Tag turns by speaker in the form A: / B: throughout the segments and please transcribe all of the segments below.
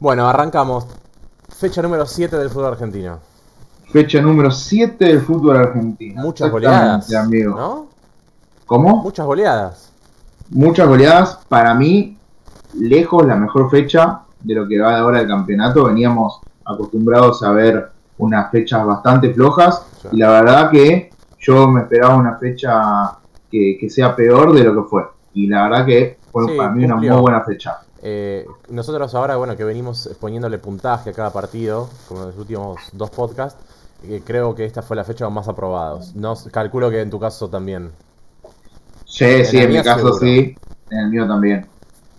A: Bueno, arrancamos. Fecha número 7 del fútbol argentino.
B: Fecha número 7 del fútbol argentino.
A: Muchas
B: Exactamente,
A: goleadas.
B: amigo.
A: ¿No?
B: ¿Cómo?
A: Muchas goleadas.
B: Muchas goleadas. Para mí, lejos la mejor fecha de lo que va ahora el campeonato. Veníamos acostumbrados a ver unas fechas bastante flojas.
A: Sí.
B: Y la verdad que yo me esperaba una fecha que, que sea peor de lo que fue. Y la verdad que fue
A: Sí,
B: para mí una
A: cumplió.
B: muy buena fecha.
A: Eh, nosotros ahora, bueno, que venimos poniéndole puntaje a cada partido, como en los últimos dos podcasts, eh, creo que esta fue la fecha con más aprobados. No, s- calculo que en tu caso también.
B: Sí,
A: En
B: sí,
A: la
B: en mi
A: mía
B: caso
A: seguro.
B: sí, en el mío también.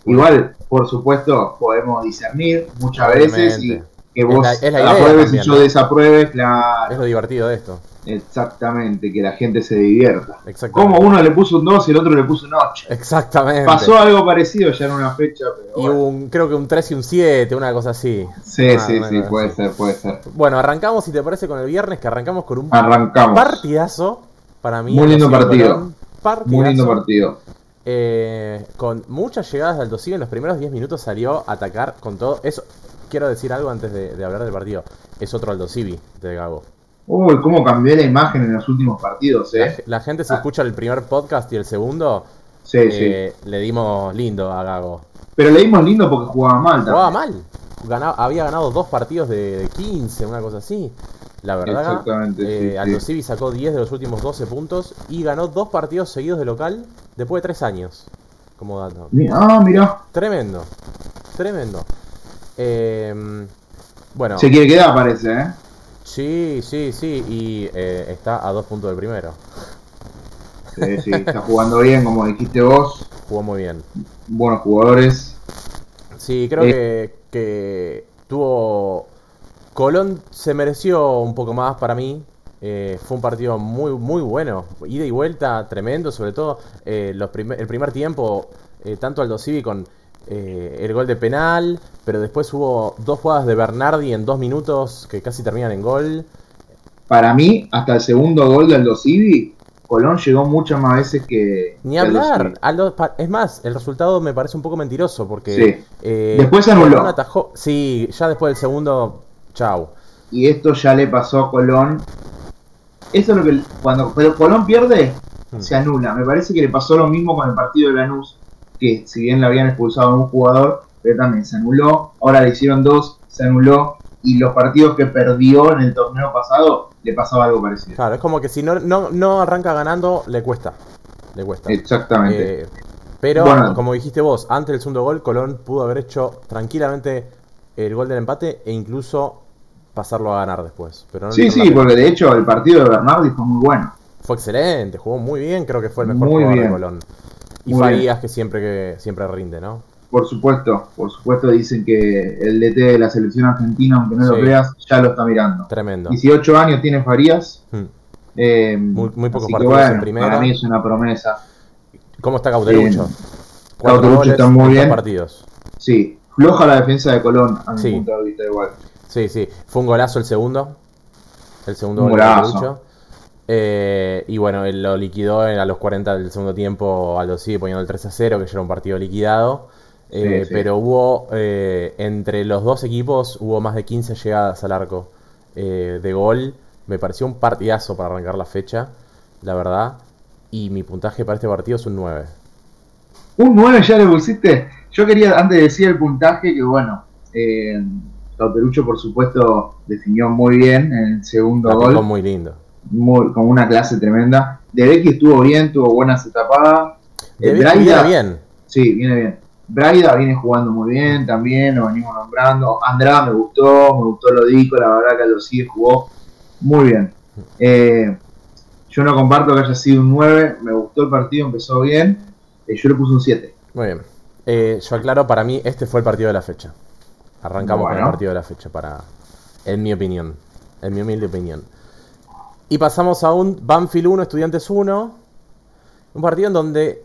B: Igual, por supuesto, podemos discernir muchas veces y
A: Obviamente.
B: que
A: Es
B: vos
A: la- es la idea
B: apruebes
A: también,
B: y yo
A: ¿no?
B: desapruebe,
A: Es
B: claro,
A: lo divertido de esto.
B: exactamente, que la gente se divierta.
A: Exactamente.
B: Como uno le puso un 2 y el otro le puso un 8.
A: Exactamente.
B: Pasó algo parecido ya en una fecha, pero
A: Y
B: bueno.
A: un, creo que un 3 y un 7, una cosa así.
B: Sí,
A: Ah,
B: sí, sí,
A: bueno,
B: puede
A: sí.
B: ser, puede ser.
A: Bueno, arrancamos, si te parece, con el viernes, que arrancamos con
B: Ah,
A: un
B: Arrancamos.
A: partidazo. Para mí,
B: Muy lindo
A: Aldo Civi
B: partido.
A: Colón, partidazo.
B: Muy lindo partido.
A: Eh, con muchas llegadas de Aldo Civi, en los primeros 10 minutos salió a atacar con todo. Eso, quiero decir algo antes de, de hablar del partido. Es otro Aldo Civi de Gago.
B: Uy, cómo cambió la imagen en los últimos partidos,
A: La,
B: eh.
A: la gente se
B: Ah.
A: escucha el primer podcast y el segundo.
B: Sí, sí.
A: eh, Le dimos lindo a Gago.
B: Pero le dimos lindo porque jugaba mal también.
A: Jugaba mal. Ganaba- había ganado dos partidos de, de 15, una cosa así. La verdad,
B: Exactamente,
A: eh,
B: sí, sí.
A: Aldo Civi sacó 10 de los últimos 12 puntos y ganó dos partidos seguidos de local después de 3 años. Como dato.
B: Mi- Ah, mirá.
A: Tremendo. Tremendo. Eh, bueno,
B: Se quiere quedar, parece, ¿eh?
A: sí, sí, sí. Y eh, está a dos puntos del primero.
B: Sí, sí, está jugando bien, como dijiste vos.
A: Jugó muy bien.
B: Buenos jugadores.
A: Sí,
B: Eh.
A: creo que, que tuvo. Colón se mereció un poco más para mí. Eh, fue un partido muy, muy bueno. Ida y vuelta, tremendo, sobre todo eh, los prim- el primer tiempo, eh, tanto Aldo Civi con eh, el gol de penal, pero después hubo dos jugadas de Bernardi en dos minutos que casi terminan en gol.
B: Para mí, hasta el segundo gol de Aldo Civi, Colón llegó muchas más veces que.
A: Ni
B: que Aldo
A: hablar.
B: Civi.
A: Aldo- pa- es más, el resultado me parece un poco mentiroso porque
B: Sí.
A: eh,
B: Después se anuló.
A: Colón atajó- sí, ya después del segundo, chau.
B: Y esto ya le pasó a Colón. Eso es lo que. Cuando pero Colón pierde,
A: Mm.
B: se anula. Me parece que le pasó lo mismo con el partido de Lanús, que si bien le habían expulsado a un jugador, pero también se anuló. Ahora le hicieron dos, se anuló. Y los partidos que perdió en el torneo pasado, le pasaba algo parecido.
A: Claro, es como que si no, no, no arranca ganando, le cuesta. Le cuesta.
B: Exactamente.
A: Eh, pero,
B: Bueno.
A: como dijiste vos, antes del segundo gol, Colón pudo haber hecho tranquilamente el gol del empate e incluso pasarlo a ganar después. Pero no
B: Sí,
A: lo
B: sí,
A: hizo.
B: porque de hecho el partido de Bernardi fue muy bueno.
A: Fue excelente, jugó muy bien, creo que fue el mejor
B: Muy
A: jugador de
B: bien.
A: Colón. Y
B: Muy
A: Farías, que siempre, que siempre rinde, ¿no?
B: Por supuesto, por supuesto dicen que el DT de la selección argentina, aunque no lo
A: Sí.
B: creas, ya lo está mirando.
A: Tremendo.
B: 18 años tiene Farías.
A: Mm.
B: eh,
A: Muy- muy pocos
B: así que
A: partidos en
B: bueno,
A: primera.
B: Para mí es una promesa.
A: ¿Cómo está Cauterucho?
B: Bien.
A: Cuatro
B: Cauterucho
A: goles
B: está muy
A: en dos
B: bien.
A: partidos.
B: Sí, floja la defensa de Colón, a mi
A: Sí.
B: punto de vista igual.
A: Sí, sí. Fue un golazo el segundo. El segundo
B: Un
A: gol de
B: golazo.
A: Cauterucho. Eh, y bueno, él lo liquidó en- a los 40 del segundo tiempo. Aldo sigue poniendo el 3 a 0, que ya era un partido liquidado. Eh,
B: Sí, sí.
A: Pero hubo, eh, entre los dos equipos, hubo más de 15 llegadas al arco eh, de gol. Me pareció un partidazo para arrancar la fecha, la verdad. Y mi puntaje para este partido es un 9.
B: Un 9 ya le pusiste. Yo quería antes decir el puntaje que bueno, eh, Cauterucho por supuesto definió muy bien en el segundo
A: La
B: gol.
A: picó muy lindo.
B: muy- con una clase tremenda. De Becky estuvo bien, tuvo buenas etapadas.
A: De
B: Eh,
A: Vicky
B: Braida-
A: viene bien.
B: Sí, viene bien. Braida viene jugando muy bien también, lo venimos nombrando. Andrada me gustó, me gustó Lodico, la verdad que lo sigue jugó muy bien. Eh, yo no comparto que haya sido un 9, me gustó el partido, empezó bien. Eh, yo le puse un 7.
A: Muy bien. Eh, yo aclaro, para mí este fue el partido de la fecha. Arrancamos con el
B: Bueno.
A: partido de la fecha, para, en mi opinión. En mi humilde opinión. Y pasamos a un Banfield 1, Estudiantes 1. Un partido en donde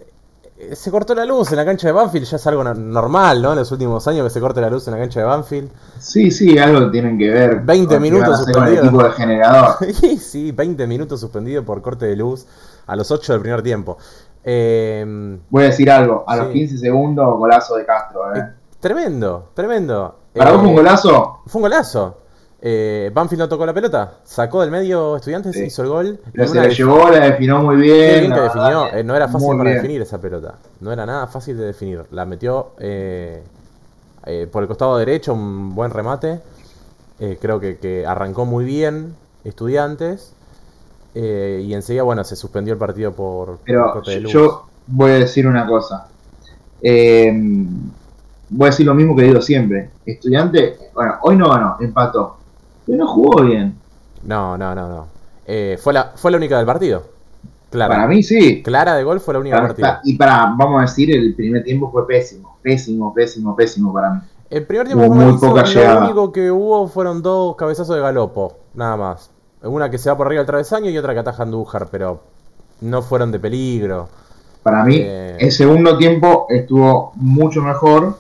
A: eh, se cortó la luz en la cancha de Banfield. Ya es algo no- normal, ¿no? En los últimos años que se corte la luz en la cancha de Banfield.
B: Sí, sí, algo tienen que ver.
A: 20
B: con que
A: minutos
B: van a hacer con el
A: suspendido.
B: equipo de generador.
A: Y sí, 20 minutos suspendido por corte de luz a los 8 del primer tiempo. Eh,
B: Voy a decir algo, a los
A: Sí.
B: 15 segundos, golazo de Castro. eh.
A: Tremendo, tremendo.
B: ¿Para
A: Eh,
B: vos fue un golazo?
A: Fue un golazo. Eh, Banfield no tocó la pelota, sacó del medio Estudiantes,
B: Sí.
A: hizo el gol.
B: Pero
A: Y
B: se
A: una
B: la
A: de-
B: llevó, la definió muy bien.
A: Qué bien
B: la
A: que
B: verdad
A: definió.
B: que
A: Eh, no era fácil
B: muy
A: para
B: bien.
A: definir esa pelota. No era nada fácil de definir. La metió eh, eh, por el costado derecho, un buen remate. Eh, creo que, que arrancó muy bien Estudiantes. Eh, y enseguida, bueno, se suspendió el partido por, por
B: Pero
A: corte de
B: yo,
A: luz.
B: yo voy a decir una cosa. Eh, voy a decir lo mismo que digo siempre. Estudiante, bueno, hoy no ganó, empató. Pero no jugó bien.
A: No, no, no, no. Eh, fue, la, fue la única del partido. Clara.
B: Para mí sí.
A: Clara de gol fue la única del
B: Para-
A: partido.
B: y para, vamos a decir, el primer tiempo fue pésimo. Pésimo, pésimo, pésimo para mí.
A: El primer tiempo
B: Hubo
A: fue
B: muy
A: buenísimo,
B: poca
A: Lo
B: llegada.
A: único que hubo fueron dos cabezazos de galopo, nada más. Una que se va por arriba del travesaño y otra que ataja Andújar, pero no fueron de peligro.
B: Para mí,
A: Eh.
B: el segundo tiempo estuvo mucho mejor.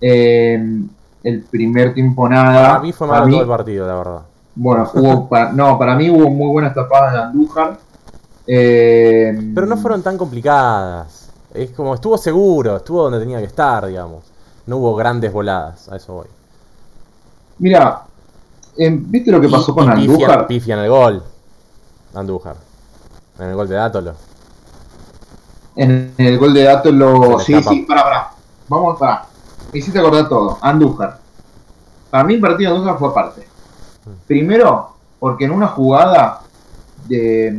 B: Eh, el primer tiempo nada.
A: Para mí fue malo todo el partido, la verdad.
B: Bueno, hubo para, no, para mí hubo muy buenas tapadas de Andújar. Eh,
A: Pero no fueron tan complicadas. Es como, estuvo seguro, estuvo donde tenía que estar, digamos. No hubo grandes voladas, a eso voy.
B: Mira, em, ¿viste lo que
A: Y-
B: pasó con
A: y pifian-
B: Andújar?
A: Pifian el gol. Andújar. En el gol de Dátolo.
B: En el gol de datos lo.
A: Se
B: Sí,
A: le escapa.
B: sí, para, para. Vamos para. Me hiciste acordar todo. Andújar. Para mí el partido de Andújar fue aparte.
A: Mm.
B: Primero, porque en una jugada de,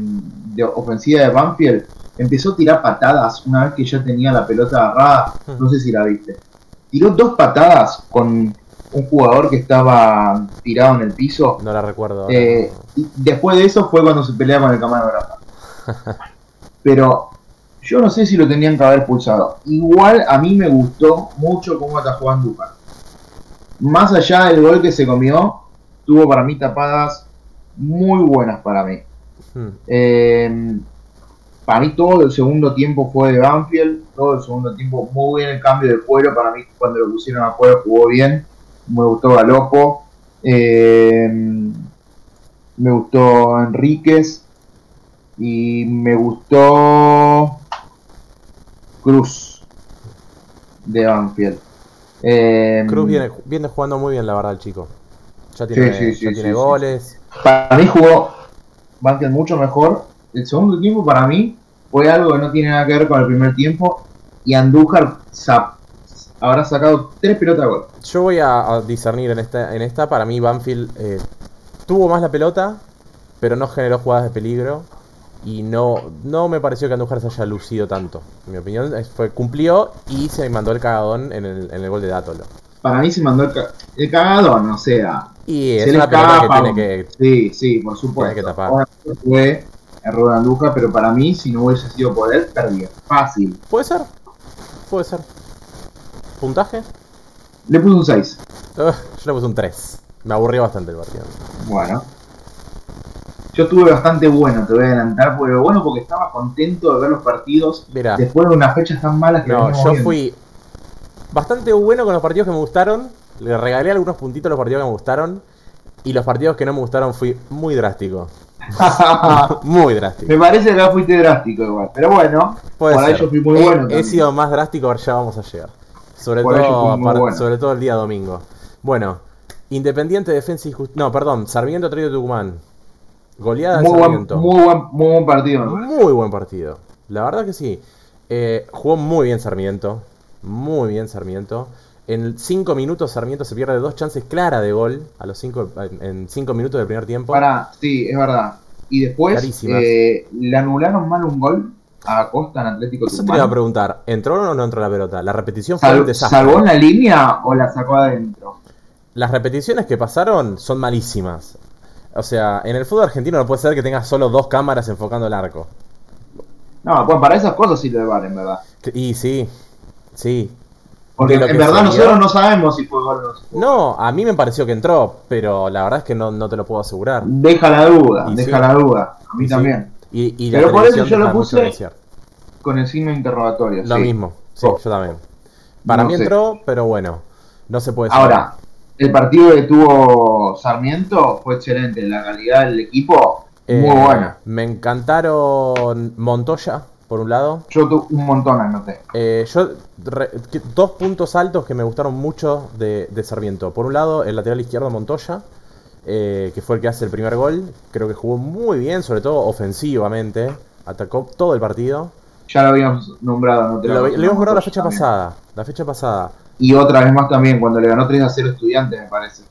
B: de ofensiva de Banfield empezó a tirar patadas una vez que ya tenía la pelota agarrada.
A: Mm.
B: No sé si la viste. Tiró dos patadas con un jugador que estaba tirado en el piso.
A: No la recuerdo. ahora.
B: Eh, y después de eso fue cuando se pelea con el camarógrafo. Pero yo no sé si lo tenían que haber pulsado. Igual a mí me gustó mucho cómo atajó Andújar. Más allá del gol que se comió, tuvo para mí tapadas muy buenas para mí.
A: Hmm.
B: Eh, para mí todo el segundo tiempo fue de Banfield, todo el segundo tiempo muy bien el cambio de cuero, para mí cuando lo pusieron a cuero jugó bien, me gustó Galopo, eh, me gustó Enríquez y me gustó Cruz de Banfield. Eh,
A: Cruz viene, viene jugando muy bien, la verdad, el chico. Ya
B: Sí,
A: tiene,
B: sí, sí,
A: ya
B: sí,
A: tiene
B: sí.
A: goles.
B: Para mí jugó Banfield mucho mejor. El segundo tiempo para mí fue algo que no tiene nada que ver con el primer tiempo. Y Andújar sa- habrá sacado tres pelotas de gol.
A: Yo voy a, a discernir en esta, en esta. Para mí, Banfield eh, tuvo más la pelota, pero no generó jugadas de peligro. Y no, no me pareció que Andújar se haya lucido tanto. En mi opinión, es- fue, cumplió y se mandó el cagadón en el, en el gol de Dátolo.
B: Para mí se mandó el, ca- el cagadón, o sea.
A: Y
B: se
A: es
B: le
A: una pelota que
B: escapa.
A: tiene que.
B: Sí, sí, por supuesto.
A: Tiene que tapar.
B: Ahora fue error de Andújar, pero para mí, si no hubiese sido por él, perdía. Fácil.
A: Puede ser. Puede ser. ¿Puntaje?
B: Le puse un 6.
A: Ugh, yo le puse un 3. Me aburrió bastante el partido.
B: Bueno. Yo estuve bastante bueno, te voy a adelantar, pero bueno porque estaba contento de ver los partidos
A: Mira.
B: después de unas fechas tan malas que
A: No,
B: veníamos
A: yo
B: viendo.
A: fui bastante bueno con los partidos que me gustaron. Le regalé algunos puntitos a los partidos que me gustaron. Y los partidos que no me gustaron fui muy drástico. muy drástico.
B: Ah. Me parece que acá fuiste drástico igual, pero bueno,
A: Puede
B: por ahí
A: ser.
B: yo fui muy
A: He-
B: bueno.
A: he,
B: también.
A: sido más drástico, ahora ya vamos a llegar. Sobre
B: Por ahí yo
A: todo,
B: fui muy
A: par-
B: bueno.
A: sobre todo el día domingo. Bueno, Independiente Defensa y Justicia. No, perdón, Sarmiento Atlético de Tucumán. Goleada de
B: muy buen,
A: Sarmiento.
B: muy buen, muy buen partido. ¿no?
A: Muy buen partido. La verdad que sí. Eh, jugó muy bien Sarmiento. Muy bien Sarmiento. En 5 minutos Sarmiento se pierde dos chances claras de gol a los cinco, en 5 minutos del primer tiempo.
B: Pará, sí, es verdad. Y después
A: Clarísimas.
B: eh, le anularon mal un gol a Costa en Atlético
A: Eso te iba a
B: Tucumán.
A: preguntar, ¿entró o no entró la pelota? La repetición fue un
B: Sal-
A: desastre.
B: ¿Salvó en la línea o la sacó adentro?
A: Las repeticiones que pasaron son malísimas. O sea, en el fútbol argentino no puede ser que tengas solo dos cámaras enfocando el arco.
B: No, pues para esas cosas sí le valen, ¿verdad?
A: Y sí, sí,
B: Porque
A: De lo que
B: en verdad
A: se vio.
B: nosotros no sabemos si fue gol o no.
A: No, a mí me pareció que entró, pero la verdad es que no, no te lo puedo asegurar.
B: Deja la duda,
A: Y
B: deja
A: sí.
B: la duda. A mí
A: Sí.
B: también.
A: Y, y la
B: Pero por
A: televisión
B: eso yo lo
A: deja mucho
B: puse.
A: que desear.
B: Con el signo interrogatorio.
A: Lo
B: sí.
A: mismo, sí,
B: Oh.
A: yo también. Para
B: No
A: mí
B: sé.
A: entró, pero bueno, no se puede saber.
B: Ahora, el partido que tuvo Sarmiento fue excelente. La calidad del equipo,
A: Eh,
B: muy buena.
A: Me encantaron Montoya por un lado.
B: Yo tu- un montón anoté.
A: Eh, yo re- que- dos puntos altos que me gustaron mucho de, de Sarmiento. Por un lado, el lateral izquierdo Montoya, eh, que fue el que hace el primer gol. Creo que jugó muy bien, sobre todo ofensivamente. Atacó todo el partido.
B: Ya lo habíamos nombrado. anoté
A: Lo- le hemos jugado la
B: Montoya
A: fecha
B: también.
A: pasada. La fecha pasada.
B: Y otra vez más también, cuando le ganó 3 a 0 estudiantes, me parece.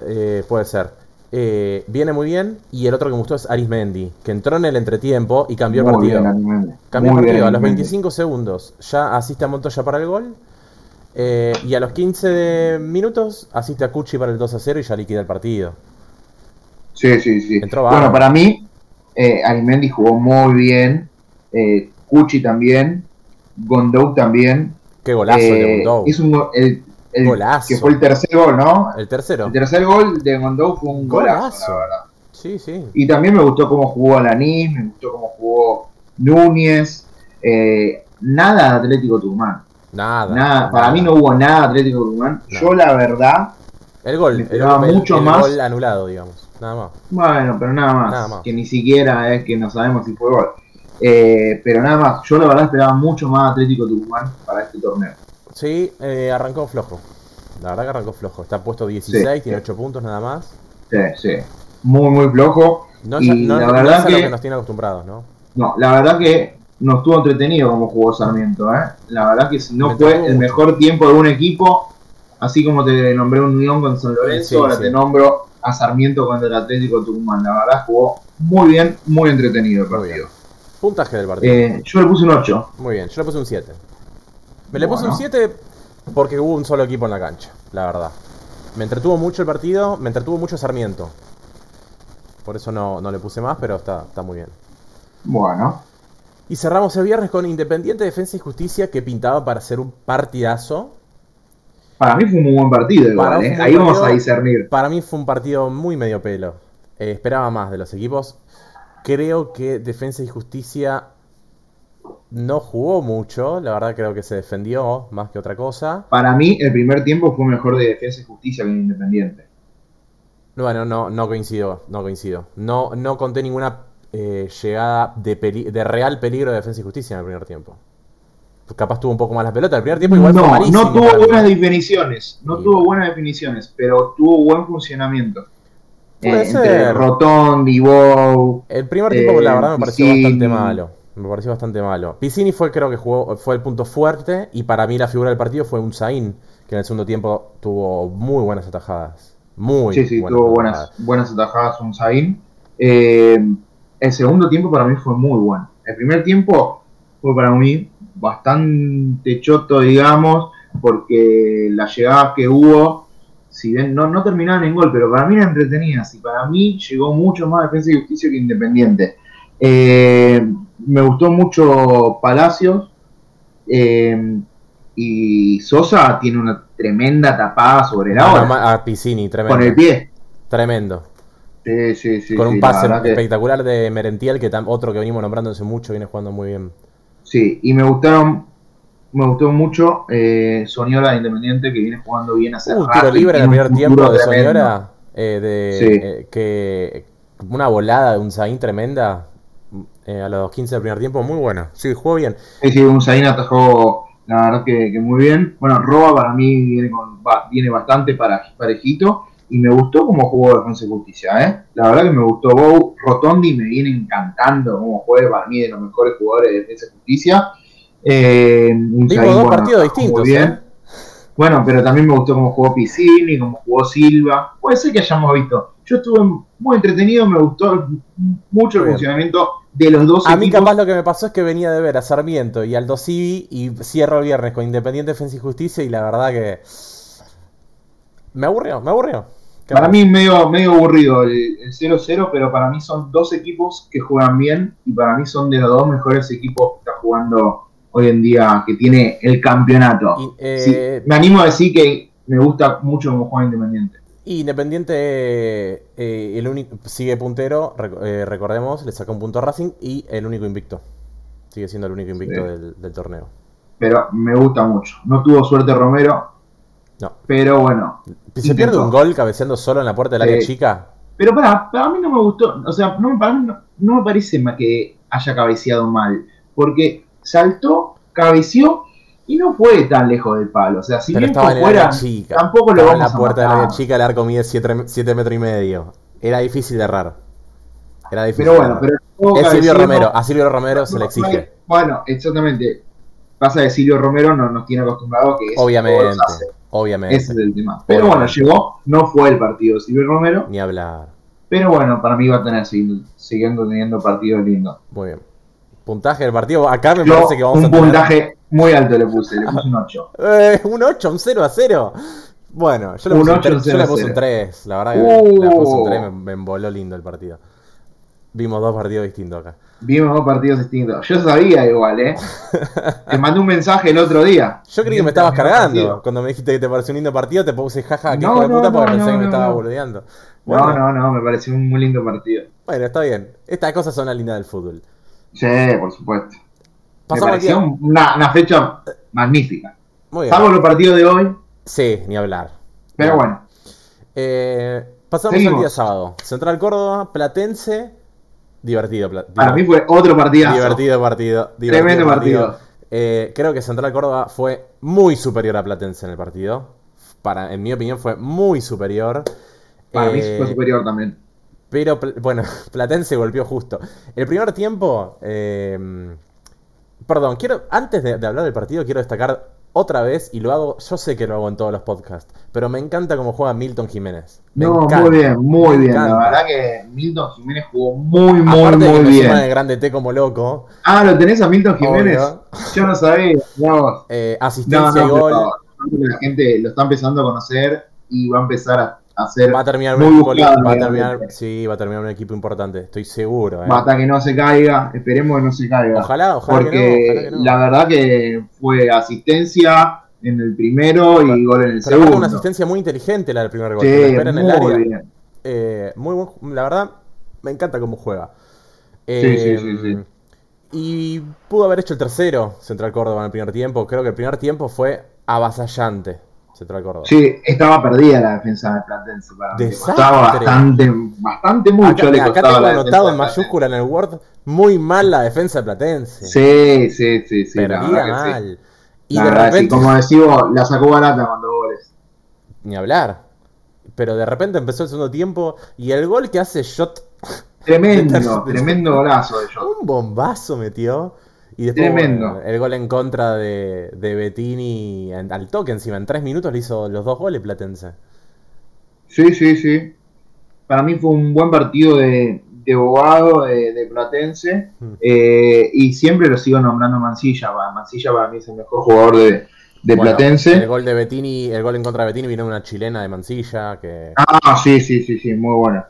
A: Eh, puede ser. Eh, viene muy bien. Y el otro que me gustó es Arismendi, que entró en el entretiempo y cambió el
B: Muy
A: partido.
B: bien, Arismendi.
A: Cambió
B: Muy
A: el
B: bien,
A: partido a los
B: Arismendi.
A: 25 segundos. Ya asiste a Montoya para el gol. eh, y a los 15 de- minutos asiste a Cuchi para el 2 a 0 y ya liquida el partido.
B: Sí, sí, sí.
A: Entró bárbaro.
B: bueno, para mí, eh, Arismendi jugó muy bien. Eh, Cuchi también. Gondou también.
A: Qué golazo el de
B: Eh,
A: Bundou.
B: hizo un go- el, el-
A: Golazo.
B: Que fue el tercer gol, ¿no?
A: El tercero.
B: El tercer gol de Gondou fue un golazo,
A: Golazo.
B: la verdad.
A: Sí, sí.
B: Y también me gustó cómo jugó Alanis, me gustó cómo jugó Núñez. eh, nada de Atlético Tucumán.
A: Nada.
B: Nada, para mí no hubo nada de Atlético Tucumán.
A: No.
B: Yo, la verdad,
A: El gol.
B: me
A: El,
B: esperaba
A: el-
B: mucho
A: el
B: más.
A: gol anulado, digamos. Nada más.
B: Bueno, pero nada más.
A: Nada más.
B: Que ni siquiera es que no sabemos si fue gol. Eh, pero nada más. Yo la verdad esperaba mucho más Atlético Tucumán para este torneo.
A: Sí, eh, arrancó flojo. La verdad que arrancó flojo. Está puesto 16,
B: Sí.
A: tiene 8 puntos nada más.
B: Sí, sí. Muy, muy flojo.
A: No,
B: Y
A: es- no-
B: la
A: no
B: verdad
A: es a lo
B: que-
A: que nos tiene acostumbrados, ¿no?
B: No, la verdad que no estuvo entretenido como jugó Sarmiento. ¿eh? La verdad que si no
A: Me
B: fue
A: entretuvo
B: el
A: mucho.
B: mejor tiempo de un equipo, así como te nombré un Unión con San Lorenzo,
A: Sí,
B: ahora
A: sí.
B: te nombro a Sarmiento contra el Atlético Tucumán. La verdad jugó muy bien, muy entretenido el
A: Muy bien.
B: partido.
A: Puntaje del partido.
B: Eh, yo le puse un 8.
A: Muy bien, yo le puse un 7. Me le puse
B: Bueno.
A: un 7 porque hubo un solo equipo en la cancha, la verdad. Me entretuvo mucho el partido, me entretuvo mucho Sarmiento. Por eso no, no le puse más, pero está, está muy bien.
B: Bueno,
A: Y cerramos el viernes con Independiente Defensa y Justicia que pintaba para ser un partidazo.
B: para mí fue un muy buen partido.
A: Para
B: Igual,
A: un
B: ¿eh?
A: muy
B: Ahí
A: buen
B: vamos a
A: partido.
B: discernir.
A: Para mí fue un partido muy medio pelo. Eh, esperaba más de los equipos. Creo que Defensa y Justicia no jugó mucho. La verdad creo que se defendió más que otra cosa.
B: Para mí, el primer tiempo fue mejor de Defensa y Justicia que de Independiente.
A: Bueno, no, no coincido, no coincido. No, no conté ninguna eh, llegada de, peli- de real peligro de defensa y justicia en el primer tiempo. Pues capaz tuvo un poco más las pelotas. El primer tiempo
B: No,
A: igual fue malísimo
B: no tuvo
A: para mí.
B: buenas definiciones. No
A: Sí.
B: tuvo buenas definiciones, pero tuvo buen funcionamiento. Eh,
A: Puede
B: entre
A: ser.
B: Rotondi, Bow.
A: El primer tiempo, la
B: Eh,
A: verdad, me pareció
B: Piscini.
A: bastante malo. Me pareció bastante malo. Piscini fue, creo que jugó, fue el punto fuerte. Y para mí, la figura del partido fue un Zain, que en el segundo tiempo tuvo muy buenas atajadas. Muy
B: Sí, sí,
A: buenas
B: tuvo
A: atajadas.
B: buenas, buenas atajadas un Zain. el segundo tiempo para mí fue muy bueno. El primer tiempo fue para mí bastante choto, digamos, porque las llegadas que hubo, si bien no, no terminaban en gol, pero para mí eran entretenidas y para mí llegó mucho más Defensa y Justicia que Independiente. Eh, me gustó mucho Palacios eh, y Sosa tiene una tremenda tapada sobre la
A: Mano a
B: hora,
A: ma- a Piscini, tremendo.
B: con el pie.
A: Tremendo.
B: Sí, sí, sí.
A: con
B: sí,
A: un
B: la
A: pase
B: verdad que-
A: espectacular de Merentiel, que tam- otro que venimos nombrando hace mucho, viene jugando muy bien.
B: Sí, y me gustaron, me gustó mucho eh, Soñora de Independiente, que viene jugando bien hace
A: Uh,
B: rato
A: tiro
B: y
A: libre en el
B: tiene un
A: primer tiempo
B: futuro
A: de
B: tremendo.
A: Soñora. eh, de,
B: Sí.
A: eh, que una volada de un Zain tremenda eh, a los 15 del primer tiempo, muy buena. Sí, jugó bien.
B: Sí, sí, un Zain atajó, la verdad que, que muy bien. Bueno, Roa para mí viene, con, va- viene bastante para, parejito. Y me gustó cómo jugó Defensa y Justicia, ¿eh? La verdad que me gustó Bow. Rotondi me viene encantando cómo juega, para mí de los mejores jugadores de Defensa y Justicia. Eh, un
A: Vimos
B: Zain,
A: dos
B: bueno,
A: partidos
B: atajó muy
A: distintos.
B: bien.
A: ¿eh?
B: Bueno, pero también me gustó cómo jugó Piscini, cómo jugó Silva. Puede ser que hayamos visto. Yo estuve muy entretenido, me gustó mucho el
A: Bien.
B: funcionamiento de los dos
A: A mí
B: equipos.
A: capaz lo que me pasó es que venía de ver a Sarmiento y Aldo Civi y cierro el viernes con Independiente Defensa y Justicia y la verdad que... Me aburrió, me aburrió.
B: Para mí medio, medio aburrido el el 0-0, pero para mí son dos equipos que juegan bien y para mí son de los dos mejores equipos que está jugando hoy en día, que tiene el campeonato.
A: Y,
B: Sí,
A: eh,
B: me animo a decir que me gusta mucho cómo juega Independiente.
A: Y Independiente eh, el único, sigue puntero, rec- eh, recordemos, le saca un punto a Racing y el único invicto. Sigue siendo el único invicto
B: Sí.
A: del, del torneo.
B: Pero me gusta mucho. No tuvo suerte Romero,
A: No.
B: pero bueno,
A: Si se pierde
B: Intentó.
A: un gol cabeceando solo en la puerta del
B: Sí.
A: área chica,
B: Pero para, para mí no me gustó, o sea, no, me- para mí no, no me parece ma- que haya cabeceado mal, porque saltó, cabeció y no fue tan lejos del palo. O sea, si
A: Pero
B: bien
A: estaba en el
B: fuera,
A: área chica.
B: tampoco lo
A: Estaba en
B: vamos
A: la puerta
B: a
A: del área
B: matar.
A: chica, el arco mide 7 metros y medio. Era difícil de errar. Era difícil.
B: Pero
A: de
B: bueno,
A: errar.
B: pero todo
A: es Silvio
B: cabeceó,
A: Romero. A Silvio Romero se le
B: no, no hay-
A: exige.
B: Bueno, exactamente. Pasa de Silvio Romero no nos tiene acostumbrado a que eso
A: Obviamente.
B: todos hace.
A: Obviamente.
B: Ese es el tema. Pero bueno,
A: Obviamente.
B: llegó, no fue el partido de Silvio Romero.
A: Ni hablar.
B: Pero bueno, para mí va a tener siguiendo, siguiendo teniendo partidos lindos.
A: Muy bien. Puntaje del partido. Acá me
B: Yo
A: parece que vamos
B: un
A: a tener-
B: puntaje muy alto le puse, le puse un 8.
A: Eh, un 8, un 0 a 0. Bueno, yo le
B: Un
A: puse un,
B: ocho,
A: 3,
B: un cero a cero.
A: 3. La verdad que
B: Uh.
A: le puse un 3. Me, me emboló lindo el partido. Vimos dos partidos distintos acá.
B: Vimos dos partidos distintos. Yo sabía igual, ¿eh? Te mandé un mensaje el otro día.
A: Yo creí que me estabas
B: Mientras
A: cargando.
B: miraba partido.
A: Cuando me dijiste que te pareció un lindo partido, te puse jaja, que
B: No,
A: hijo de
B: no,
A: puta, porque
B: no,
A: pensé
B: no,
A: que me
B: no,
A: estaba
B: no.
A: boludeando. Bueno,
B: No, no, no, me pareció un muy lindo partido.
A: bueno, está bien. Estas cosas son las lindas del fútbol.
B: Sí, por supuesto. Me
A: Pasamos al día.
B: pareció una, una fecha magnífica.
A: Muy bien.
B: Salvo los partidos de hoy,
A: Sí, ni hablar.
B: pero bueno.
A: Eh, pasamos al
B: Seguimos.
A: día sábado. Central Córdoba, Platense. Divertido, Pla-
B: Para mí fue otro partidazo.
A: Divertido partido. divertido
B: Tremendo partido.
A: Eh, creo que Central Córdoba fue muy superior a Platense en el partido. Para, en mi opinión fue muy superior.
B: Para mí
A: Eh,
B: fue superior también.
A: Pero Pl- bueno, Platense golpeó justo. El primer tiempo. eh, perdón, quiero. Antes de, de hablar del partido, quiero destacar otra vez, y lo hago. Yo sé que lo hago en todos los podcasts, pero me encanta cómo juega Milton Jiménez. Me
B: No,
A: encanta.
B: muy bien, muy
A: me
B: bien. La
A: encanta.
B: verdad que Milton Jiménez jugó muy, muy,
A: Aparte de que
B: muy
A: me
B: bien.
A: suma de grande T como loco.
B: Ah, ¿lo tenés a Milton Jiménez?
A: Obvio.
B: Yo no sabía. mirá vos.
A: eh,
B: No, no,
A: asistencia y
B: pero
A: gol.
B: la gente lo está empezando a conocer y va a empezar a hacer.
A: Va a terminar un
B: Muy
A: equipo
B: buscado,
A: lindo, va a
B: obviamente.
A: terminar, sí, va a terminar un equipo importante, estoy seguro. eh.
B: Hasta que no se caiga. Esperemos que no se caiga.
A: Ojalá, ojalá que no,
B: porque
A: ojalá que no.
B: la verdad que fue asistencia en el primero y gol en
A: Pero
B: el
A: aparte
B: segundo.
A: una asistencia muy inteligente la del primer gol.
B: Sí,
A: que la espera en el
B: muy
A: área.
B: bien.
A: Eh, muy buen- la verdad, me encanta cómo juega. Em,
B: sí, sí, sí.
A: Y pudo haber hecho el tercero Central Córdoba en el primer tiempo. Creo que el primer tiempo fue avasallante Central Córdoba.
B: Sí, estaba perdida la defensa de Platense. Para mí. Le
A: Desastre.
B: costaba bastante, bastante mucho.
A: acá,
B: le
A: mira, acá
B: costaba
A: tengo
B: la defensa
A: anotado
B: de
A: en
B: Platense.
A: mayúscula en el Word muy mal la defensa de Platense.
B: Sí, sí, sí. sí la
A: Perdida
B: verdad que sí.
A: mal. Y
B: La
A: de
B: verdad que sí,
A: repente,
B: como decimos, la sacó barata cuando goles.
A: ni hablar. Pero de repente empezó el segundo tiempo y el gol que hace Shot,
B: Tremendo, tremendo golazo de ellos.
A: un bombazo metió. Y después
B: Tremendo.
A: bueno, el gol en contra de, de Bettini en- al toque encima. En tres minutos le hizo los dos goles Platense.
B: Sí, sí, sí. Para mí fue un buen partido de, de Bogado, de, de Platense.
A: Mm.
B: eh, y siempre lo sigo nombrando Mancilla. pa- Mancilla para mí es el mejor jugador de, de
A: Bueno, El
B: Platense.
A: gol de Bettini, el gol en contra de Bettini vino de una chilena de Mancilla que
B: Ah, sí, sí, sí, sí, muy bueno.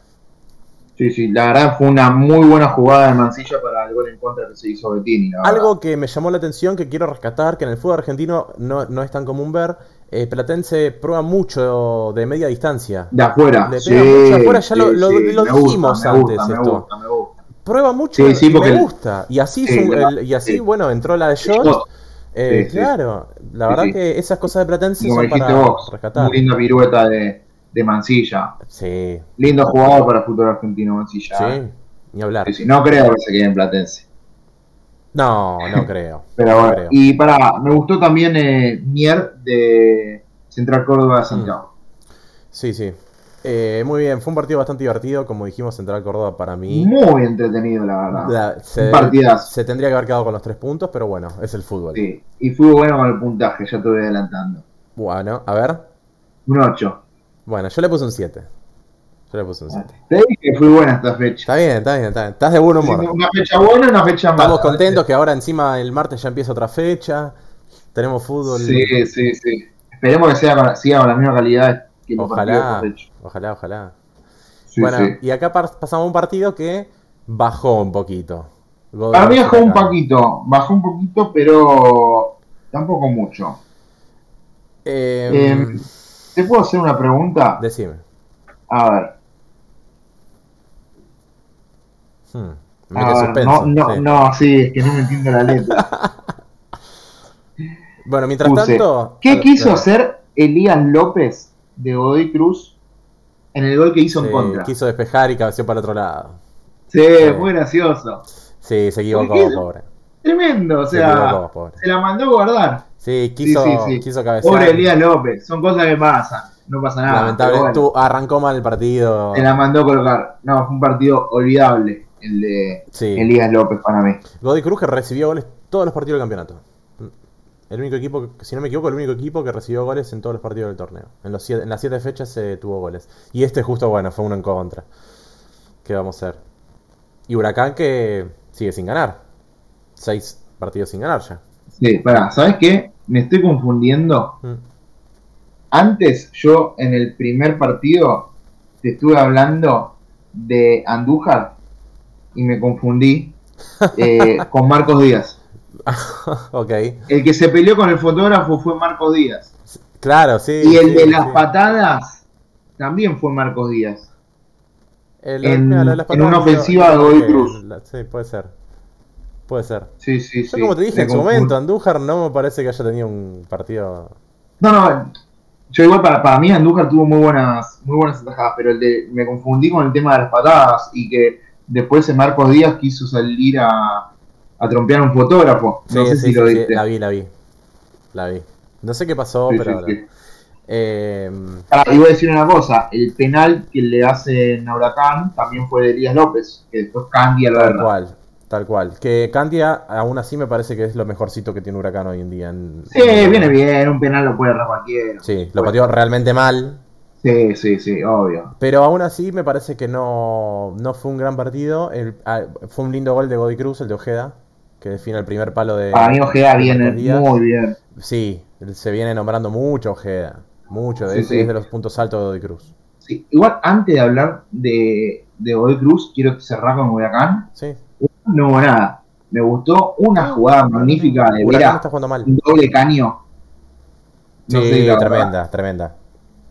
B: Sí, sí, la verdad fue una muy buena jugada de Mancilla para el gol en contra que se hizo Bettini. la verdad.
A: Algo que me llamó la atención, que quiero rescatar, que en el fútbol argentino no, no es tan común ver, eh, Platense prueba mucho de media distancia.
B: De afuera.
A: Le
B: sí,
A: pega mucho afuera, ya
B: sí,
A: lo- lo-
B: sí,
A: lo
B: me gusta,
A: dijimos
B: me
A: antes
B: gusta, me
A: esto.
B: gusta, me gusta.
A: Prueba mucho
B: Sí,
A: y
B: sí, porque-
A: me gusta. Y así,
B: Sí,
A: su-
B: la-
A: el- y así
B: sí.
A: bueno, entró la de Shot.
B: Yo-
A: Eh,
B: sí, sí.
A: claro, la
B: Sí,
A: verdad
B: sí.
A: que esas cosas de Platense
B: como
A: son
B: dijiste
A: para
B: vos,
A: rescatar.
B: muy linda pirueta de, de Mancilla.
A: Sí,
B: Lindo jugador para el futuro argentino Mancilla. ¿eh?
A: sí, ni hablar.
B: Sí, sí. No creo que se quede en Platense.
A: No, no creo.
B: Pero
A: no
B: bueno.
A: creo.
B: Y para, me gustó también eh, Mier de Central Córdoba de Santiago.
A: Sí, sí. Eh, muy bien, fue un partido bastante divertido, como dijimos, Central Córdoba para mí.
B: Muy entretenido, la verdad.
A: Mm, La- se,
B: Un partidazo.
A: se tendría que haber quedado con los tres puntos, pero bueno, es el fútbol.
B: Sí. Y fue bueno con el puntaje, ya te voy adelantando.
A: Bueno, a ver.
B: Un 8.
A: Bueno, yo le puse un 7. Yo le puse un 7.
B: Te dije que fue buena esta fecha.
A: Está bien, está bien, está bien. Estás de buen humor.
B: Una fecha buena, una fecha mala.
A: Estamos contentos que ahora encima el martes ya empieza otra fecha. Tenemos fútbol.
B: Sí, sí, sí. Esperemos que sea, con- siga con la misma calidad que los
A: Ojalá.
B: partidos de esta fecha.
A: Ojalá, ojalá.
B: Sí,
A: bueno,
B: sí.
A: y acá par- pasamos a un partido que bajó un poquito. Godoy
B: Para mí bajó un
A: Cracovia.
B: poquito, bajó un poquito, pero tampoco mucho.
A: Eh,
B: Eh, ¿Te puedo hacer una pregunta?
A: decime.
B: A ver,
A: Hmm,
B: a
A: mete
B: ver,
A: suspenso,
B: no, no,
A: sí.
B: no, sí, es que no me entiendo la letra.
A: Bueno, mientras
B: Puse,
A: tanto.
B: ¿Qué
A: Claro,
B: quiso
A: claro.
B: hacer Elías López de Godoy Cruz en el gol que hizo en
A: Sí,
B: contra?
A: quiso despejar y cabeceó para el otro lado.
B: Sí, muy gracioso.
A: Sí, se equivocó,
B: ¿Por qué?
A: pobre.
B: Tremendo, o sea,
A: equivocó, pobre.
B: se la mandó a guardar.
A: Sí, quiso,
B: sí, sí.
A: quiso cabecear.
B: Pobre Elías López, son cosas que pasan, no pasa nada.
A: Lamentable,
B: pero bueno,
A: tú arrancó mal el partido.
B: se la mandó a colocar. No, fue un partido olvidable el de
A: Sí.
B: Elías López para mí.
A: Godoy Cruz que recibió goles todos los partidos del campeonato. El único equipo, que- si no me equivoco, el único equipo que recibió goles en todos los partidos del torneo. En, los siete- en las siete fechas se tuvo goles. Y este justo, bueno, fue uno en contra. ¿Qué vamos a hacer? Y Huracán que sigue sin ganar. Seis partidos sin ganar ya.
B: Sí, pará, ¿sabes qué? Me estoy confundiendo.
A: Mm.
B: Antes, yo en el primer partido te estuve hablando de Andújar y me confundí eh, con Marcos Díaz.
A: ok.
B: El que se peleó con el fotógrafo fue Marcos Díaz.
A: Claro, sí.
B: Y el
A: sí,
B: de las
A: sí.
B: patadas también fue Marcos Díaz.
A: El-
B: en-
A: mira, lo de las
B: en
A: patadas,
B: una
A: yo-
B: ofensiva
A: yo
B: de Godoy
A: creo que eh,
B: Cruz.
A: la- sí, puede ser. Puede ser.
B: Sí, sí,
A: Yo
B: sí.
A: como te dije
B: me
A: en su
B: confundo.
A: momento, Andújar no me parece que haya tenido un partido...
B: No, no. Yo igual para, para mí Andújar tuvo muy buenas, muy buenas atajadas, pero el de, me confundí con el tema de las patadas y que después ese Marcos Díaz quiso salir a, a trompear a un fotógrafo. No
A: Sí,
B: sé
A: sí, sí,
B: si lo
A: sí,
B: viste.
A: la vi, la vi. La vi. No sé qué pasó,
B: Sí,
A: pero...
B: sí, sí.
A: eh,
B: Pará, y voy a decir una cosa, el penal que le hacen a Huracán también fue de Elías López, que después cambia la
A: tal
B: verdad.
A: cual, tal cual. Que Candia, aún así, me parece que es lo mejorcito que tiene Huracán hoy en día. en-
B: Sí, viene bien, un penal lo puede errar cualquiera.
A: Sí, lo pateó realmente mal.
B: Sí, sí, sí, obvio.
A: Pero aún así me parece que no, no fue un gran partido. El- ah, fue un lindo gol de Godoy Cruz, el de Ojeda, que define el primer palo de...
B: Para mí Ah, Ojeda
A: de
B: viene
A: Marcos Díaz.
B: muy bien.
A: Sí, se viene nombrando mucho Ojeda. Mucho, de,
B: Sí,
A: es,
B: sí.
A: es de los puntos altos de Godoy Cruz.
B: Sí, Igual antes de hablar de, de Godoy Cruz, quiero cerrar con Huracán.
A: Sí.
B: No hubo nada. Me gustó una jugada magnífica eh, de
A: Huracán
B: Vera,
A: está jugando mal.
B: un doble caño. No sé
A: sí,
B: si la verdad.
A: tremenda, tremenda.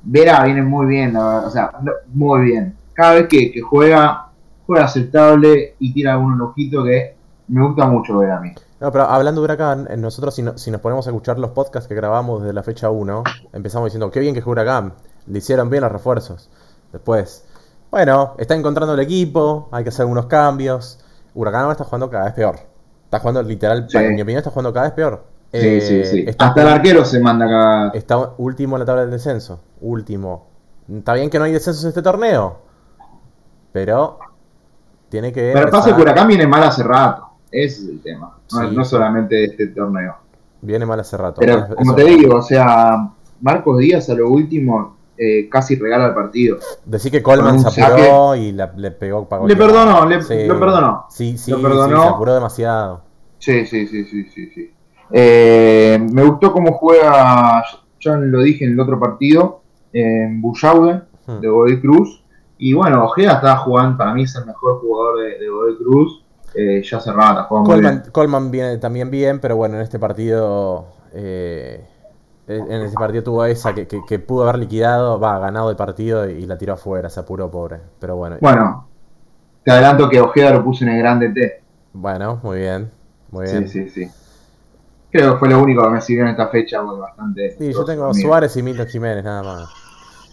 B: Vera viene muy bien, la verdad. O sea, no- muy bien. Cada vez que, que juega, juega aceptable y tira algún ojito que me gusta mucho ver a mí.
A: No, pero hablando de Huracán, eh, nosotros si, no- si nos ponemos a escuchar los podcasts que grabamos desde la fecha 1, empezamos diciendo, qué bien que jugó Huracán, le hicieron bien los refuerzos. Después, bueno, está encontrando el equipo, hay que hacer algunos cambios. Huracán ahora está jugando cada vez peor. Está jugando literal,
B: Sí.
A: en mi opinión, está jugando cada vez peor.
B: Sí,
A: Eh,
B: sí, sí.
A: Está,
B: Hasta el arquero se manda acá.
A: está último en la tabla del descenso, último. Está bien que no hay descensos en este torneo, pero tiene que...
B: Pero pasa que
A: empezar-
B: Huracán viene mal hace rato. Ese es el tema. No,
A: Sí.
B: no solamente de este torneo.
A: Viene mal hace rato.
B: Pero
A: Es- eso-
B: como te digo, o sea, Marcos Díaz a lo último eh, casi regala el partido.
A: Decí que Coleman
B: Con
A: se
B: un
A: apuró y la- le pegó pagó
B: Le
A: el gol.
B: perdonó, le- lo perdonó.
A: Sí, sí,
B: Lo
A: sí,
B: perdonó.
A: se apuró demasiado.
B: Sí, sí, sí, sí, sí. sí. Eh, me gustó cómo juega, ya lo dije en el otro partido, en Bullaude,
A: Hmm.
B: de Godoy Cruz. Y bueno, Ojeda está jugando, para mí es el mejor jugador de, de Godoy Cruz. Eh, ya hace rato, juega muy bien.
A: Coleman, Coleman viene también bien, pero bueno, en este partido. eh, en este partido tuvo esa que, que- que pudo haber liquidado, va, ganado el partido y la tiró afuera, se apuró, pobre. Pero bueno, bueno,
B: Bueno, te adelanto que Ojeda lo puse en el grande T.
A: muy bien. Muy bien.
B: Sí, sí, sí. Creo que fue lo único que me sirvió en esta fecha, porque bastante.
A: Sí, yo tengo
B: Bien.
A: Suárez y Milton Jiménez, nada más.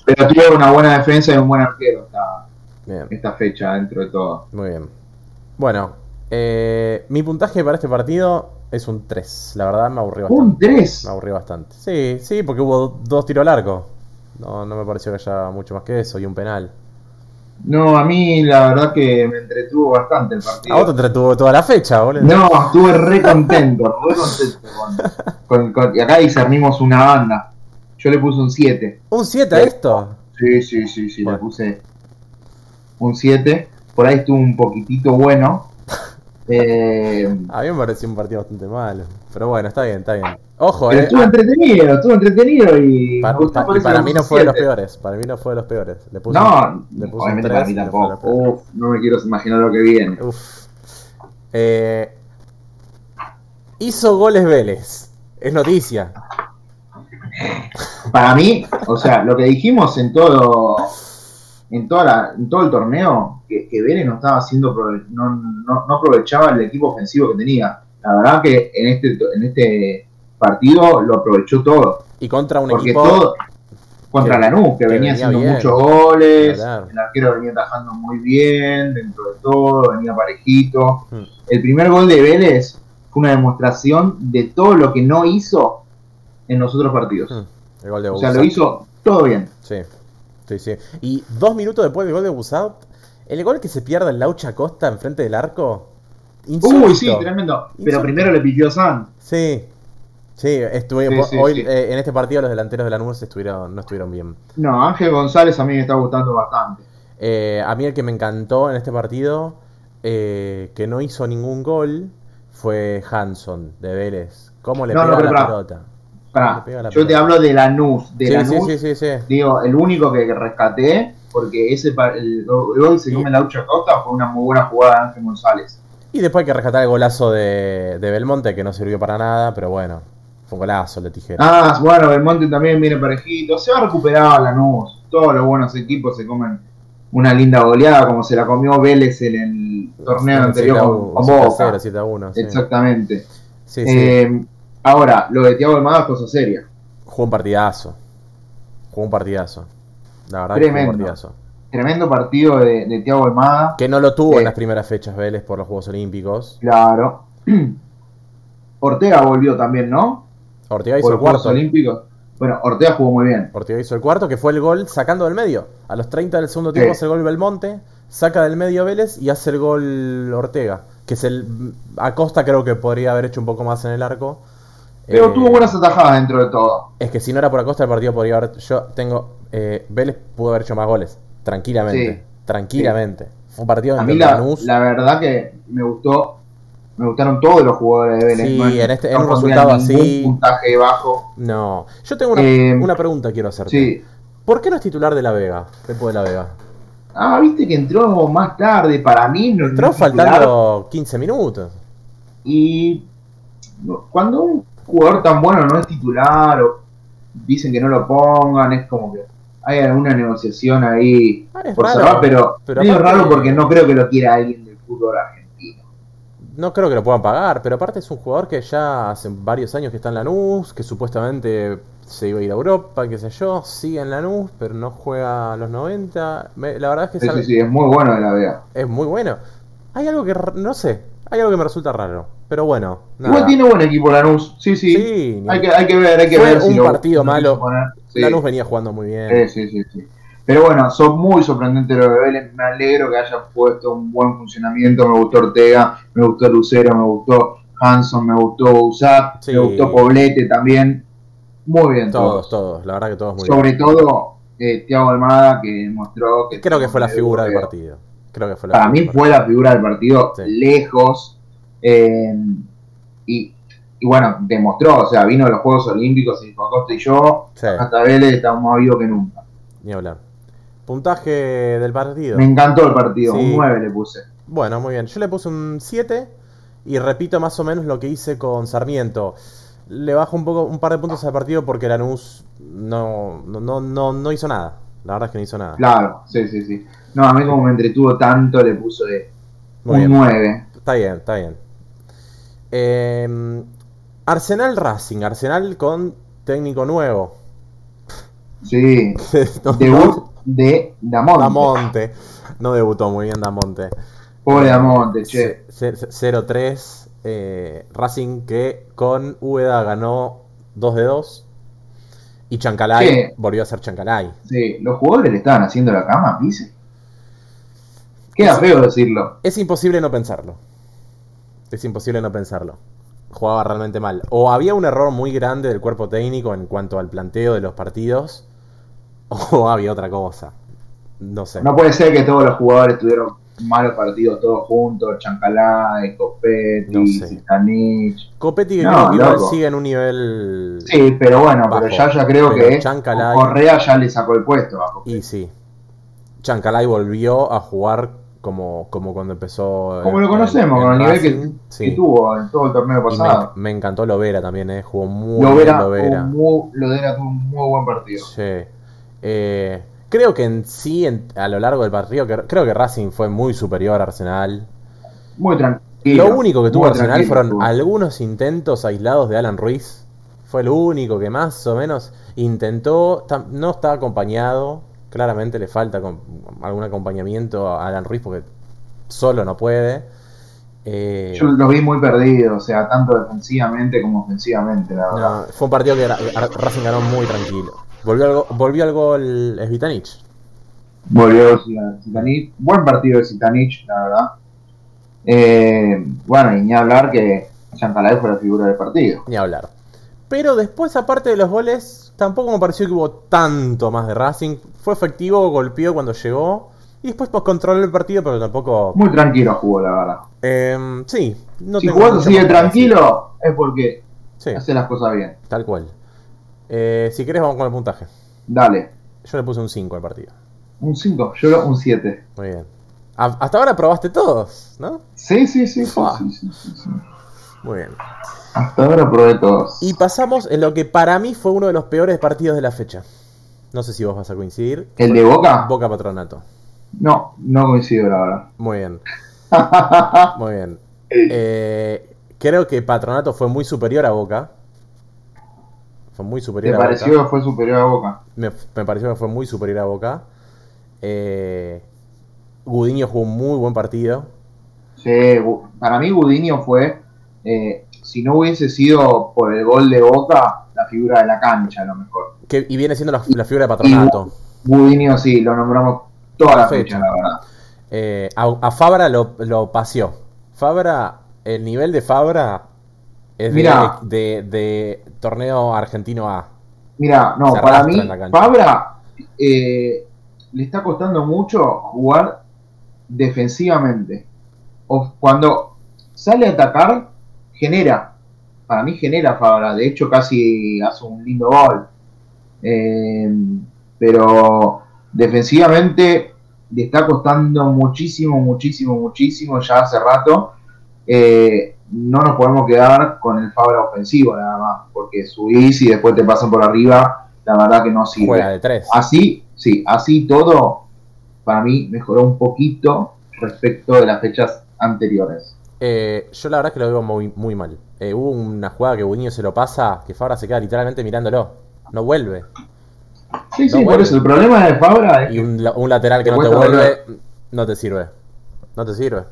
B: Pero tuvo una buena defensa y un buen arquero esta,
A: Bien.
B: esta fecha, dentro de todo.
A: Muy bien. Bueno, eh, mi puntaje para este partido es un 3. La verdad me aburrió bastante.
B: Un 3.
A: Me aburrió bastante. Sí, sí, porque hubo do- dos tiros al arco. No, no me pareció que haya mucho más que eso y un penal.
B: No, a mí la verdad que me entretuvo bastante el partido.
A: A vos te entretuvo toda la fecha, boludo.
B: No, estuve re contento, re contento con, con- con- Y acá discernimos una banda. Yo le puse un 7.
A: ¿Un 7 a esto?
B: Sí, sí, sí, sí,
A: Bueno.
B: le puse un 7. Por ahí estuvo un poquitito bueno. Eh,
A: A mí me pareció un partido bastante malo. Pero bueno, está bien, está bien. Ojo,
B: pero
A: eh.
B: estuvo entretenido, estuvo entretenido y...
A: Pa-
B: me gustó
A: pa-
B: por
A: y
B: eso
A: para
B: le
A: mí no
B: puse
A: fue de los
B: siete.
A: peores. Para mí no fue de los peores. Le puse
B: No,
A: un- le puse un
B: obviamente para mí
A: 3 y le puse
B: tampoco.
A: un 3.
B: Uf, no me quiero imaginar lo que viene.
A: Uf. Eh, hizo goles Vélez. Es noticia.
B: Para mí, o sea, lo que dijimos en todo en toda la- en todo el torneo, que, que Vélez no estaba haciendo prove- no, no- no aprovechaba el equipo ofensivo que tenía. La verdad que en este en este partido lo aprovechó todo,
A: Y contra un
B: porque
A: equipo.
B: todo contra
A: que-
B: Lanús, que,
A: que venía
B: venía haciendo
A: bien.
B: muchos goles,
A: Claro.
B: el arquero venía tajando muy bien, dentro de todo, venía parejito.
A: Mm.
B: El primer gol de Vélez fue una demostración de todo lo que no hizo en los otros partidos.
A: Hmm, El gol de
B: O sea,
A: Boussat.
B: lo hizo todo bien.
A: Sí, sí, sí. Y dos minutos después del gol de Busout, el gol que se pierde en Laucha Costa enfrente del arco. Insólito.
B: Uy, sí, tremendo. Pero
A: Insólito.
B: primero le pidió a San.
A: Sí, sí, estuve,
B: Sí, sí,
A: hoy
B: sí.
A: eh, en este partido los delanteros de Lanús estuvieron, no estuvieron bien.
B: No, Ángel González a mí me está gustando bastante.
A: Eh, a mí el que me encantó en este partido, eh, que no hizo ningún gol, fue Hanson de Vélez. ¿Cómo le
B: No,
A: pega
B: no,
A: la
B: pero pará.
A: pelota?
B: Pará,
A: Le pega la
B: yo te
A: pelota.
B: hablo de Lanús. De
A: Sí,
B: Lanús,
A: sí, sí, sí, sí.
B: digo, el único que rescaté, porque ese pa- el gol se come la lucha costa, fue una muy buena jugada de Ángel González.
A: Y después hay que rescatar el golazo de, de Belmonte, que no sirvió para nada, pero bueno, fue un golazo el de tijera.
B: Ah, bueno, Belmonte también viene parejito. Se va recuperado Lanús. Todos los buenos equipos se comen una linda goleada, como se la comió Vélez en el torneo anterior con, con Boca.
A: 7 a 1. Sí,
B: Exactamente.
A: sí. sí.
B: Eh, ahora, lo de Tiago Almada es cosa seria.
A: Jugó un partidazo. Jugó un partidazo. La verdad, que jugó
B: Tremendo.
A: un partidazo.
B: Tremendo partido de, de Tiago Almada.
A: Que no lo tuvo
B: Sí.
A: en las primeras fechas Vélez por los Juegos Olímpicos.
B: Claro. Ortega volvió también, ¿no?
A: Ortega hizo
B: Por
A: el
B: los Juegos
A: cuarto.
B: Olímpicos. Bueno, Ortega jugó muy bien.
A: Ortega hizo el cuarto, que fue el gol sacando del medio. A los 30 del segundo tiempo
B: Sí.
A: hace el gol Belmonte, saca del medio Vélez y hace el gol Ortega. Que es el. Acosta creo que podría haber hecho un poco más en el arco.
B: Pero
A: Eh,
B: tuvo buenas atajadas dentro de todo.
A: Es que si no era por Acosta, el partido podría haber. Yo tengo. eh, Vélez pudo haber hecho más goles. Tranquilamente.
B: Sí.
A: Tranquilamente. Fue un partido
B: A
A: en
B: mí
A: donde
B: la,
A: Lanús-
B: la verdad que me gustó. Me gustaron todos los jugadores de Vélez.
A: Sí,
B: No es que
A: en este- en
B: no
A: un
B: pondría
A: resultado
B: ningún
A: así.
B: puntaje bajo.
A: No. Yo tengo una,
B: Eh,
A: una pregunta quiero hacerte.
B: Sí.
A: ¿Por qué no es titular de La Vega? Después de La Vega.
B: Ah, viste que entró más tarde. Para mí no
A: Entró
B: no es titular.
A: faltando 15 minutos.
B: Y no, cuando un jugador tan bueno no es titular o dicen que no lo pongan, es como que hay alguna negociación ahí
A: Ah, es
B: por
A: raro,
B: cerrar, pero,
A: pero
B: medio
A: aparte-
B: raro porque no creo que lo quiera alguien del fútbol argentino.
A: No creo que lo puedan pagar, pero aparte es un jugador que ya hace varios años que está en Lanús, que supuestamente se iba a ir a Europa, qué sé yo, sigue en Lanús, pero no juega a los 90. Me- la verdad es que es
B: Sí,
A: algo-
B: sí, sí, es muy bueno de la Vega.
A: es muy bueno. Hay algo que, r- no sé, hay algo que me resulta raro, pero bueno. nada.
B: Igual tiene buen equipo Lanús, sí, sí.
A: Sí, ni-
B: Hay, que, hay que ver, hay que
A: Fue
B: ver.
A: un partido malo.
B: poner. Sí,
A: Lanús venía jugando muy bien.
B: sí, sí, sí, sí. Pero bueno, son muy sorprendente lo de Vélez. Me alegro que haya puesto un buen funcionamiento. Me gustó Ortega, me gustó Lucero, me gustó Hanson, me gustó Usat,
A: Sí.
B: me gustó Poblete también. Muy bien
A: todos,
B: todos.
A: todos, la verdad que todos muy bien.
B: Sobre todo eh, Tiago Almada, que demostró que.
A: Creo que fue la figura del
B: Creo.
A: partido. Creo que fue la
B: Para
A: figura
B: mí
A: del
B: fue la figura del partido
A: Sí.
B: lejos. eh, y, y bueno, demostró, o sea, vino de los Juegos Olímpicos y dijo, Acosta y yo,
A: partido. Sí,
B: hasta Vélez estamos más vivos que nunca.
A: ni hablar. Puntaje del partido.
B: Me encantó el partido,
A: Sí.
B: un 9 le puse.
A: Bueno, muy bien. Yo le puse un 7 y repito más o menos lo que hice con Sarmiento. Le bajo un poco un par de puntos al partido porque Lanús no, no, no, no, no hizo nada. La verdad es que no hizo nada.
B: Claro, sí, sí, sí. No, a mí como me entretuvo tanto le puse
A: Muy
B: un
A: bien.
B: 9.
A: Está bien, está bien. Eh, Arsenal Racing, Arsenal con técnico nuevo.
B: Sí,
A: No,
B: debut de Damonte.
A: Damonte. No debutó muy bien Damonte.
B: Pobre Damonte, che.
A: Ce- ce- 0-3. eh, Racing que con Úbeda ganó 2 de 2. Y Chancalay
B: Sí.
A: volvió a ser Chancalay.
B: Sí, los jugadores le estaban haciendo la cama, dice. Queda feo decirlo.
A: Es imposible no pensarlo. Es imposible no pensarlo. Jugaba realmente mal. O había un error muy grande del cuerpo técnico en cuanto al planteo de los partidos. O había otra cosa. No sé.
B: No puede ser que todos los jugadores tuvieron malos partidos todos juntos, Chancalay, Copetti,
A: No sé.
B: Sistanich.
A: Copetti que
B: No,
A: creo que igual
B: loco.
A: sigue en un nivel.
B: Sí, pero bueno, pero
A: Bajo.
B: ya, ya creo
A: Pero
B: que
A: Chancalay-
B: Correa ya le sacó el puesto a Copetti.
A: Y sí. Chancalay volvió a jugar como, como cuando empezó.
B: Como
A: en-
B: lo conocemos,
A: en-
B: con el
A: en
B: nivel que,
A: Racing. Sí.
B: que tuvo en todo el torneo
A: Y me,
B: pasado.
A: enc- me encantó Lovera también, eh. jugó muy bien
B: Lovera,
A: Lovera.
B: tuvo un muy- Lovera tuvo un muy buen partido.
A: Sí. Eh, creo que en sí, en- a lo largo del partido, que- creo que Racing fue muy superior a Arsenal.
B: Muy tranquilo.
A: lo único que tuvo
B: muy
A: Arsenal
B: tranquilo
A: fueron
B: estuvo.
A: algunos intentos aislados de Alan Ruiz. Fue el único que más o menos intentó, tam- no estaba acompañado. Claramente le falta com- algún acompañamiento a Alan Ruiz porque solo no puede. Eh,
B: Yo los vi muy perdidos, o sea, tanto defensivamente como ofensivamente, la verdad.
A: no, fue un partido que Ra- Ra- Racing ganó muy tranquilo. Volvió al, go- volvió al gol Svitanich.
B: Volvió Zidane- Zitanich. Buen partido de Zitanich, la verdad. Eh, bueno, y ni hablar que Chantalay fue la figura del partido.
A: Ni hablar. Pero después, aparte de los goles, tampoco me pareció que hubo tanto más de Racing. Fue efectivo, golpeó cuando llegó. Y después pues, controló el partido, pero tampoco.
B: Muy tranquilo jugó, la verdad.
A: Em, sí, no
B: si
A: tengo
B: jugó
A: mucho
B: sigue
A: más para decir.
B: tranquilo, es porque
A: Sí,
B: hace las cosas bien.
A: tal cual. Eh, si querés, vamos con el puntaje.
B: Dale.
A: Yo le puse un 5 al partido.
B: Un 5, yo lo- un 7.
A: Muy bien. A- hasta ahora probaste todos, ¿no?
B: Sí, sí, sí, sí,
A: Fua.
B: sí, sí, sí, sí.
A: Muy bien.
B: Hasta ahora probé todos.
A: Y pasamos en lo que para mí fue uno de los peores partidos de la fecha. No sé si vos vas a coincidir.
B: ¿El de Boca?
A: Boca Patronato.
B: No, no coincido, la verdad.
A: Muy bien. Muy bien. Eh, creo que Patronato fue muy superior a Boca. Fue muy
B: ¿Te
A: superior a
B: pareció
A: Boca.
B: que fue superior a Boca?
A: Me, me pareció que fue muy superior a Boca. Eh, Gudiño jugó un muy buen partido.
B: Sí, Gu- para mí Gudinio fue, eh, si no hubiese sido por el gol de Boca, la figura de la cancha, a lo mejor.
A: Que, y viene siendo la, la figura de Patronato.
B: Gudinio sí, lo nombramos toda la
A: Perfecto.
B: fecha, la verdad.
A: Eh, a, a Fabra lo, lo paseó. Fabra, el nivel de Fabra es de,
B: Mirá.
A: de- de torneo argentino A.
B: Mira, no,
A: Se
B: para
A: arrastra
B: mí,
A: en la cancha.
B: Fabra eh, le está costando mucho jugar defensivamente. O cuando sale a atacar, genera. Para mí genera Fabra. De hecho, casi hace un lindo gol. Eh, pero defensivamente le está costando muchísimo, muchísimo, muchísimo ya hace rato. Eh, no nos podemos quedar con el Fabra ofensivo nada más, porque subís y después te pasan por arriba, la verdad que no sirve.
A: Juega de tres.
B: Así, sí, así todo, para mí mejoró un poquito respecto de las fechas anteriores.
A: Eh, yo la verdad es que lo veo muy, muy mal. Eh, hubo una jugada que Buñuel se lo pasa, que Fabra se queda literalmente mirándolo. No vuelve.
B: Sí, sí,
A: No
B: por
A: vuelve.
B: eso el problema de Fabra es
A: Y un, la- un lateral que
B: Te
A: no te
B: cuesta
A: vuelve, no te sirve. No te sirve.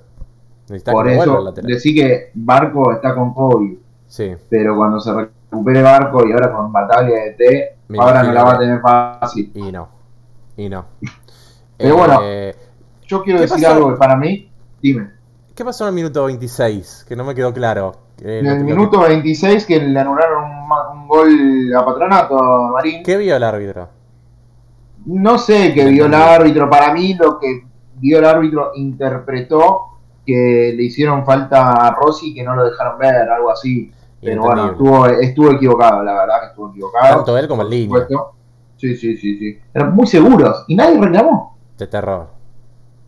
A: Necesitas
B: por
A: que te vuelva
B: eso
A: el lateral.
B: decir que Barco está con COVID,
A: Sí,
B: pero cuando se recupere Barco y ahora con Batalla de T,
A: Me
B: Fabra no
A: imagino
B: la va a
A: que-
B: tener fácil.
A: y no. Y no.
B: Pero bueno.
A: Eh,
B: Yo quiero
A: ¿Qué
B: decir
A: pasó?
B: algo que para mí, dime.
A: ¿Qué pasó en el minuto 26? Que no me quedó claro. Eh,
B: En
A: lo-
B: el
A: lo que-
B: minuto 26 que le anularon un, ma- un gol a Patronato a Marín.
A: ¿Qué vio el árbitro?
B: No sé qué vio el árbitro. Para mí lo que vio el árbitro interpretó que le hicieron falta a Rossi que no lo dejaron ver, algo así. Pero bueno,
A: Inentendible.
B: estuvo, estuvo equivocado, la verdad que estuvo equivocado.
A: Tanto él como el
B: por
A: línea.
B: supuesto. Sí, sí, sí, sí. Eran muy seguros y nadie reclamó.
A: De terror.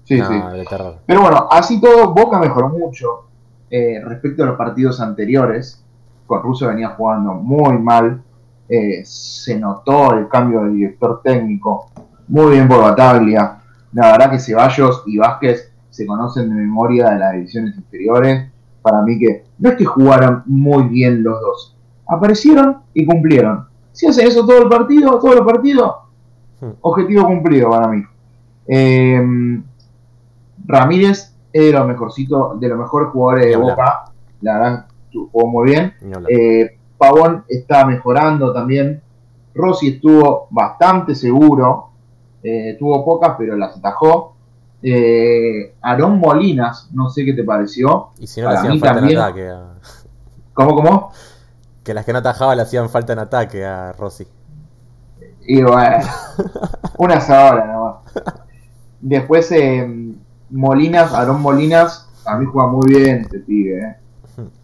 B: Sí,
A: No,
B: sí.
A: de terror.
B: Pero bueno, así todo, Boca mejoró mucho eh, respecto a los partidos anteriores. Con Russo venía jugando muy mal. eh, se notó el cambio de director técnico. Muy bien por Bataglia. La verdad que Ceballos y Vázquez se conocen de memoria de las divisiones inferiores. Para mí que no es que jugaron muy bien los dos. Aparecieron y cumplieron. Si hacen eso todo el partido, todo el partido,
A: Hmm.
B: objetivo cumplido para mí. Em, Ramírez es de los mejorcitos, de los mejores jugadores
A: Ni
B: de
A: hablar.
B: Boca. La verdad, jugó muy bien.
A: Ni hablar.
B: Eh, Pavón está mejorando también. Rossi estuvo bastante seguro. eh, tuvo pocas, pero las atajó. Eh, Aarón Molinas, no sé qué te pareció.
A: y si no le
B: para
A: hacían
B: mí
A: falta en
B: también-
A: ataque. a-
B: ¿Cómo, cómo?
A: Que las que no atajaba le hacían falta en ataque a Rossi.
B: Y bueno, una sola nomás. Después eh, Molinas, Aarón Molinas, a mí juega muy bien este pibe, eh.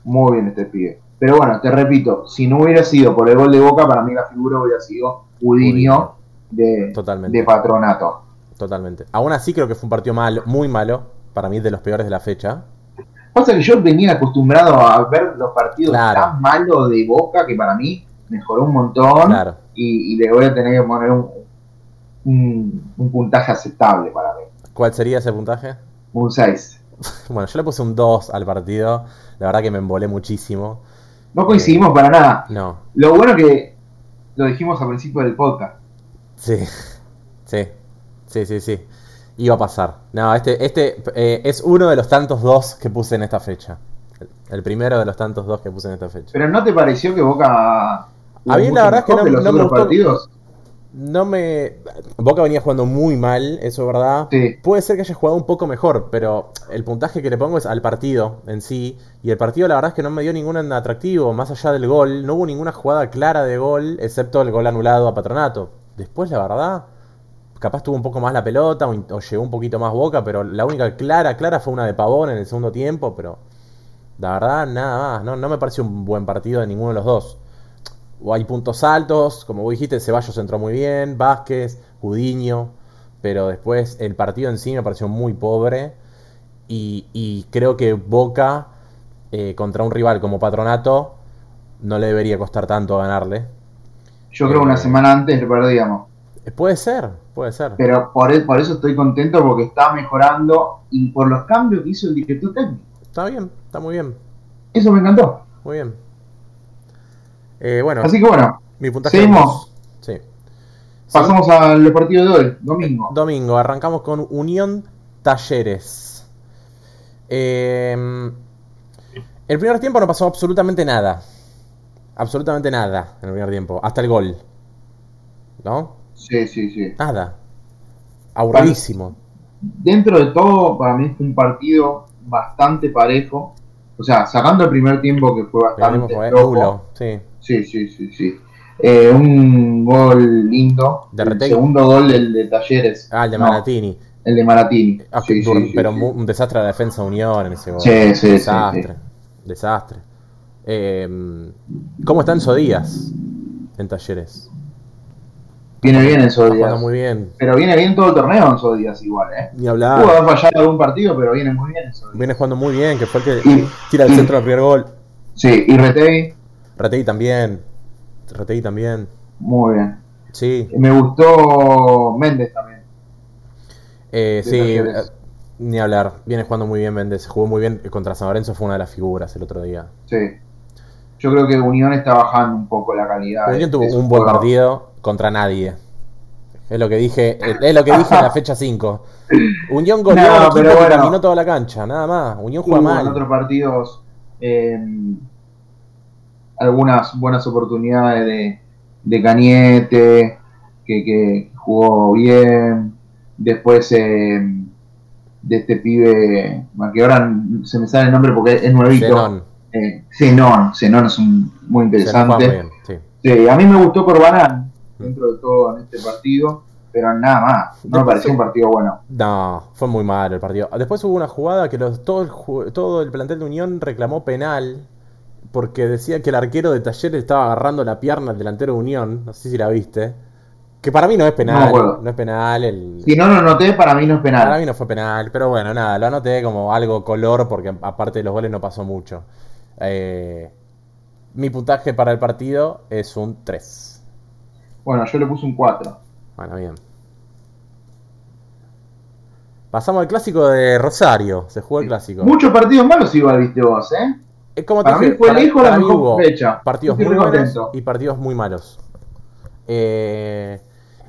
B: Muy bien este pibe. Pero bueno, te repito, si no hubiera sido por el gol de Boca, para mí la figura hubiera sido Udinio de,
A: Totalmente.
B: de Patronato.
A: Totalmente. Aún así creo que fue un partido malo, muy malo. Para mí de los peores de la fecha.
B: Pasa que yo venía acostumbrado a ver los partidos
A: Claro.
B: tan malos de Boca que para mí mejoró un montón
A: Claro.
B: y, y le voy a tener que poner un, un, un puntaje aceptable para mí.
A: ¿Cuál sería ese puntaje?
B: Un 6.
A: Bueno, yo le puse un 2 al partido. La verdad que me embolé muchísimo.
B: No coincidimos para nada.
A: No.
B: Lo bueno que lo dijimos al principio del podcast.
A: Sí. Sí. Sí, sí, sí. iba a pasar. No, este, este eh, es uno de los tantos dos que puse en esta fecha. El, el primero de los tantos dos que puse en esta fecha.
B: Pero ¿no te pareció que Boca...
A: A mí la verdad es que no,
B: de los
A: no me
B: otros
A: gustó.
B: partidos?
A: No me. Boca venía jugando muy mal, eso es verdad.
B: Sí.
A: Puede ser que haya jugado un poco mejor, pero el puntaje que le pongo es al partido en sí. Y el partido, la verdad es que no me dio ningún atractivo, más allá del gol. No hubo ninguna jugada clara de gol, excepto el gol anulado a Patronato. Después, la verdad, capaz tuvo un poco más la pelota o, in- o llegó un poquito más Boca, pero la única clara, clara fue una de Pavón en el segundo tiempo, pero. La verdad, nada más. No, no me pareció un buen partido de ninguno de los dos. O hay puntos altos, como vos dijiste, Ceballos entró muy bien, Vázquez, Gudiño, pero después el partido en sí me pareció muy pobre y, y creo que Boca eh, contra un rival como Patronato no le debería costar tanto ganarle.
B: Yo creo que una semana antes lo perdíamos.
A: Eh, Puede ser, puede ser.
B: Pero por, e- por eso estoy contento porque está mejorando y por los cambios que hizo el director técnico.
A: Está bien, está muy bien,
B: Eso me encantó.
A: muy bien. Eh, bueno,
B: Así que bueno,
A: mi puntaje...
B: ¿seguimos?
A: Sí.
B: pasamos al partido de hoy, domingo.
A: Domingo, arrancamos con Unión Talleres. Eh, el primer tiempo no pasó absolutamente nada. Absolutamente nada en el primer tiempo. Hasta el gol. ¿No?
B: Sí, sí, sí.
A: Nada. Aburridísimo.
B: Dentro de todo, para mí fue un partido bastante parejo. O sea, sacando el primer tiempo que fue
A: Pero mismo
B: bastante
A: fue
B: flojo.
A: nulo, Sí.
B: Sí, sí, sí, sí. Eh, un gol lindo.
A: De
B: el
A: Retegui.
B: segundo gol del de Talleres.
A: Ah, el de
B: No,
A: Maratini.
B: el de Maratini.
A: Ah,
B: Sí,
A: que
B: sí,
A: dur-
B: sí,
A: pero
B: sí.
A: mu- un desastre la defensa de Unión en ese gol.
B: Sí, sí, sí,
A: desastre.
B: sí.
A: Desastre. Eh, ¿Cómo está Enzo Díaz en Talleres?
B: Viene bien
A: Está
B: Enzo Díaz.
A: jugando muy bien.
B: Pero viene bien todo el torneo Enzo Díaz igual, ¿eh?
A: Ni hablar.
B: Pudo haber fallado algún partido, pero viene muy bien Enzo Díaz.
A: Viene jugando Ah. muy bien, que fue el que
B: Y-
A: tira el
B: y-
A: centro del primer gol.
B: Sí, y Retegui,
A: Retegui también. Retegui también.
B: muy bien.
A: Sí.
B: Me gustó Méndez también.
A: Eh,
B: De
A: sí.
B: Talleres.
A: eh, Ni hablar. Viene jugando muy bien Méndez. Jugó muy bien contra San Lorenzo. Fue una de las figuras el otro día.
B: Sí. Yo creo que Unión está bajando un poco la calidad. de-
A: Unión tuvo
B: de su
A: un buen
B: juego.
A: partido contra nadie. Es lo que dije, es lo que dije en la fecha 5. Unión goleó
B: No,
A: a un equipo
B: pero
A: que
B: bueno.
A: caminó toda la cancha, nada más. Unión
B: Tuvo
A: juega
B: en
A: mal.
B: otros partidos eh, algunas buenas oportunidades de, de Cañete, que, que jugó bien. Después eh, de este pibe, bueno, que ahora se me sale el nombre porque es nuevito.
A: Zenón.
B: Eh, Zenón, Zenón es un,
A: Zenón
B: muy interesante.
A: juega muy bien, sí.
B: Sí, a mí me gustó
A: Ah.
B: Corbalán dentro de todo en este partido, pero nada más. No me pareció un partido bueno.
A: No, fue muy malo el partido. Después hubo una jugada que los, todo, el, ju- todo el plantel de Unión reclamó penal porque decía que el arquero de Talleres estaba agarrando la pierna al delantero de Unión. No sé si la viste. Que para mí no es
B: No me
A: penal.
B: acuerdo.
A: No, es penal. El,
B: Si no lo noté, para mí no es
A: Para
B: penal.
A: mí no fue penal, pero bueno, nada, lo anoté como algo color porque aparte de los goles no pasó mucho. Eh, mi puntaje para el partido es un 3.
B: Bueno, yo le puse un 4.
A: Bueno, bien. Pasamos al clásico de Rosario. Se jugó el clásico.
B: Muchos partidos malos igual viste vos, ¿eh?
A: Es como te
B: Para mí
A: dije,
B: fue
A: para-
B: el hijo la
A: para mí
B: mejor
A: hubo
B: fecha.
A: Partidos
B: Estoy
A: muy
B: muy
A: buenos
B: contento.
A: y partidos muy malos. Eh,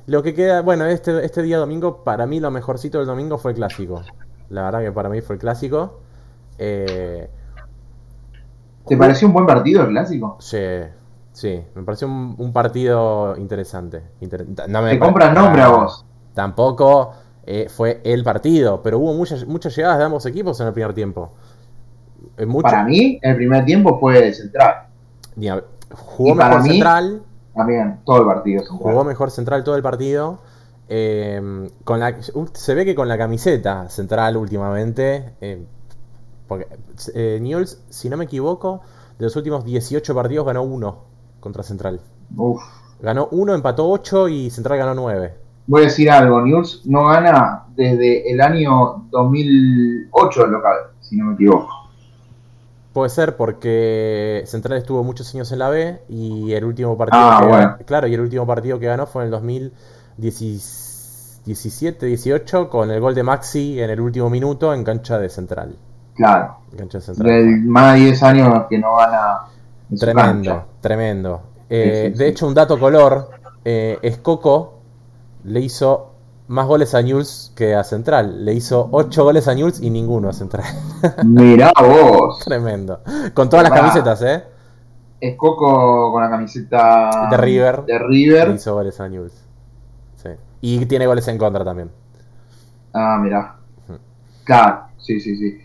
A: lo que queda, bueno, este, este día domingo, para mí lo mejorcito del domingo fue el clásico. La verdad que para mí fue el clásico. Eh,
B: ¿Te pareció un buen partido el clásico?
A: Sí, sí, me pareció un, un partido interesante. Inter- no me
B: Te
A: pare-
B: compras nombre a
A: Ah,
B: vos.
A: Tampoco eh, fue el partido, pero hubo muchas, muchas llegadas de ambos equipos en el primer tiempo. Eh, mucho-
B: Para mí, el primer tiempo fue central.
A: ni hab- jugó
B: y para
A: mejor
B: mí-
A: central,
B: También, todo el partido central.
A: jugó mejor central todo el partido. Eh, con la, se ve que con la camiseta central últimamente, eh, porque eh, Newell's, si no me equivoco, de los últimos 18 partidos ganó uno contra central.
B: Uf.
A: Ganó 1, empató 8 y Central ganó 9.
B: Voy a decir algo, News no gana desde el año 2008 el local, si no me equivoco.
A: Puede ser porque Central estuvo muchos años en la B y el último partido
B: Ah,
A: que
B: bueno.
A: ganó, claro, y el último partido que ganó fue en el 2017, 18 con el gol de Maxi en el último minuto en cancha de Central.
B: Claro.
A: En cancha de Central.
B: Del más de 10 años que no gana. en su
A: Tremendo,
B: cancha.
A: tremendo. Eh,
B: Sí, sí,
A: de
B: sí.
A: hecho, un dato color, eh, Escoco le hizo más goles a Newell's que a Central. Le hizo 8 goles a Newell's y ninguno a Central.
B: Mirá vos.
A: Tremendo. Con todas las
B: Pará.
A: camisetas, ¿eh?
B: Es Coco con la camiseta
A: De River.
B: De
A: Le
B: River.
A: hizo goles a Newell's. Sí. Y tiene goles en contra también.
B: Ah, mirá.
A: Ujú.
B: Claro, sí, sí, sí.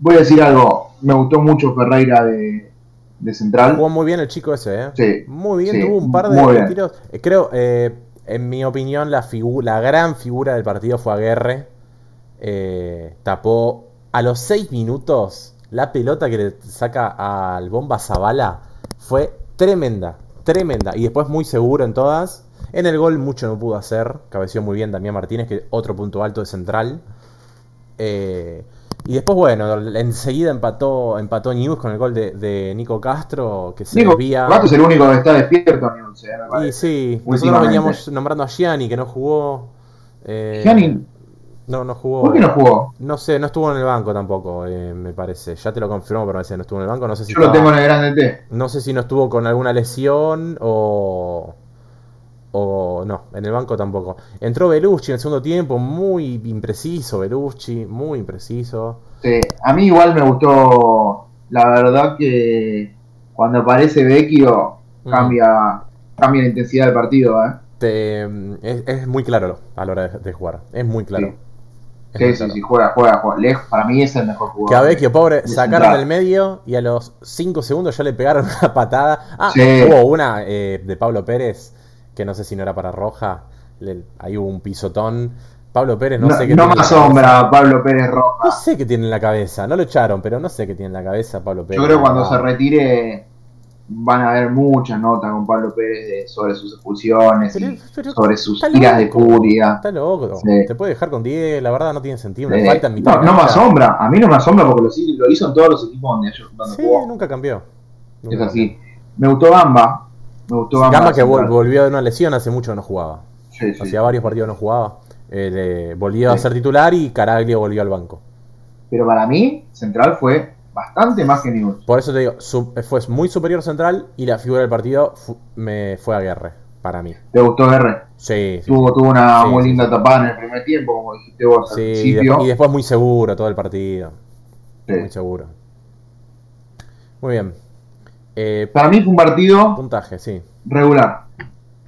B: Voy a decir algo. Me gustó mucho Ferreira de, de Central.
A: Jugó muy bien el chico ese, ¿eh?
B: Sí.
A: Muy bien,
B: sí,
A: tuvo un par
B: muy bien.
A: de tiros. Eh, Creo, eh, en mi opinión, la, figu- la gran figura del partido fue Aguerre. Eh, tapó a los 6 minutos la pelota que le saca al Bomba Zabala. Fue tremenda, tremenda. Y después muy seguro en todas. En el gol mucho no pudo hacer. Cabeció muy bien Damián Martínez, que otro punto alto de central. Eh, y después, bueno, enseguida empató, empató News con el gol de, de Nico Castro, que se
B: Nico
A: desvía.
B: Gato es el único que está despierto en Newell's, eh, me
A: Y
B: parece.
A: sí, nosotros
B: Últimamente.
A: veníamos nombrando a Gianni, que no jugó. eh,
B: Gianni,
A: No, no jugó.
B: ¿por qué no jugó?
A: No sé, no estuvo en el banco tampoco, eh, me parece. Ya te lo confirmo, pero me parece que no estuvo en el banco. No sé si,
B: Yo lo
A: estaba-
B: tengo en el grande T.
A: no, sé si no estuvo con alguna lesión o... O no, en el banco tampoco. Entró Belucci en el segundo tiempo, muy impreciso Belucci, muy impreciso.
B: Sí, a mí igual me gustó. La verdad que cuando aparece Vecchio
A: Mm.
B: cambia, cambia la intensidad del partido, ¿eh?
A: Te- Este, es, es muy claro a la hora de, de jugar, es muy claro.
B: Sí.
A: Es muy
B: Sí, sí,
A: claro.
B: sí, juega, juega, juega. Lej- para mí es el mejor jugador.
A: Que a Vecchio, pobre,
B: de
A: sacaron
B: central.
A: del medio y a los 5 segundos ya le pegaron una patada. Ah,
B: Sí.
A: hubo una eh, de Pablo Pérez, que no sé si no era para Roja. le- ahí hubo un pisotón. Pablo Pérez, no,
B: No,
A: sé qué tiene
B: no me
A: en la cabeza.
B: asombra Pablo Pérez
A: No
B: Rojas.
A: sé qué tiene en la cabeza. No lo echaron, pero no sé qué tiene en la cabeza Pablo Pérez.
B: Yo creo que cuando
A: Ah,
B: se retire van a haber muchas notas con Pablo Pérez de- sobre sus expulsiones,
A: Pero-
B: y
A: pero
B: sobre sus
A: está
B: tiras de
A: loco.
B: furia.
A: Está loco.
B: Sí.
A: Te puede dejar con 10, la verdad no tiene sentido. Una
B: Eh,
A: falta en mitad
B: no,
A: de
B: no me
A: cancha.
B: asombra, a mí no me asombra porque lo, lo hizo en todos los equipos donde, yo- donde
A: Sí,
B: jugó.
A: nunca cambió.
B: Es
A: Nunca cambió.
B: así. Me gustó Gamba. Me gustó Gamba.
A: Gamba que vol-
B: Central.
A: volvió de una lesión, hace mucho que no jugaba.
B: Sí, sí.
A: Hacía varios partidos no jugaba. Él, eh, volvió a
B: Sí.
A: ser titular y Caraglio volvió al banco.
B: Pero para mí, Central fue bastante más que News.
A: Por eso te digo, su- fue muy superior Central y la figura del partido fu- me fue a guerra, para mí.
B: ¿Te gustó R?
A: Sí, sí.
B: Tuvo, tuvo una
A: Sí,
B: muy
A: sí,
B: linda
A: sí.
B: tapada en el primer tiempo, como dijiste vos al
A: Sí, y, de-
B: principio.
A: y después muy seguro todo el partido. Muy
B: Sí.
A: seguro. Muy bien. Eh,
B: Para mí fue un partido
A: puntaje, sí.
B: regular.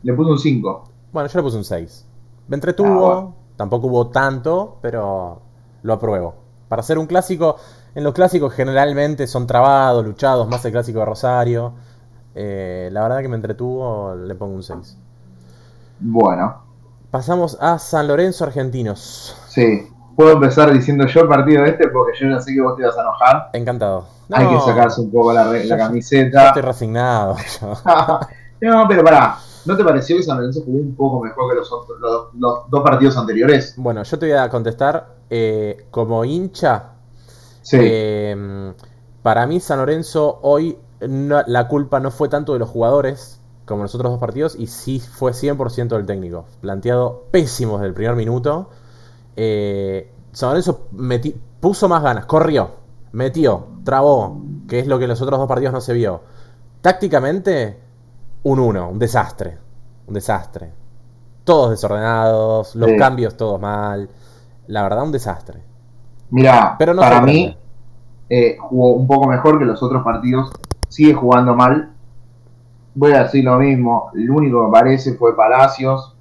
B: Le puse un 5.
A: Bueno, yo le puse un 6. Me entretuvo,
B: Ah, bueno.
A: tampoco hubo tanto, pero lo apruebo. Para ser un clásico, en los clásicos generalmente son trabados, luchados, más el clásico de Rosario. Eh, la verdad que me entretuvo, le pongo un 6.
B: Bueno,
A: Pasamos a San Lorenzo Argentinos.
B: sí. Puedo empezar diciendo yo el partido este porque yo ya sé que vos te vas a enojar.
A: Encantado.
B: Hay
A: No,
B: que sacarse un poco la, re-
A: Ya-
B: la camiseta.
A: Estoy resignado.
B: no, pero pará. ¿No te pareció que San Lorenzo jugó un poco mejor que los, otros- los- los dos partidos anteriores?
A: bueno, yo te voy a contestar eh, como hincha
B: Sí.
A: Eh, para mí, San Lorenzo hoy no- la culpa no fue tanto de los jugadores como los otros dos partidos, y sí fue 100% del técnico. Planteado pésimo desde el primer minuto. Eh, San Lorenzo meti- puso más ganas, corrió, metió, trabó, que es lo que en los otros dos partidos no se vio. Tácticamente, un 1, un desastre. Un desastre. Todos desordenados, los
B: Sí.
A: cambios todos mal. La verdad, un desastre.
B: Mira,
A: Pero no
B: para
A: sorprende.
B: mí eh, jugó un poco mejor que los otros partidos. Sigue jugando mal. Voy a decir lo mismo. El único que aparece fue Palacios.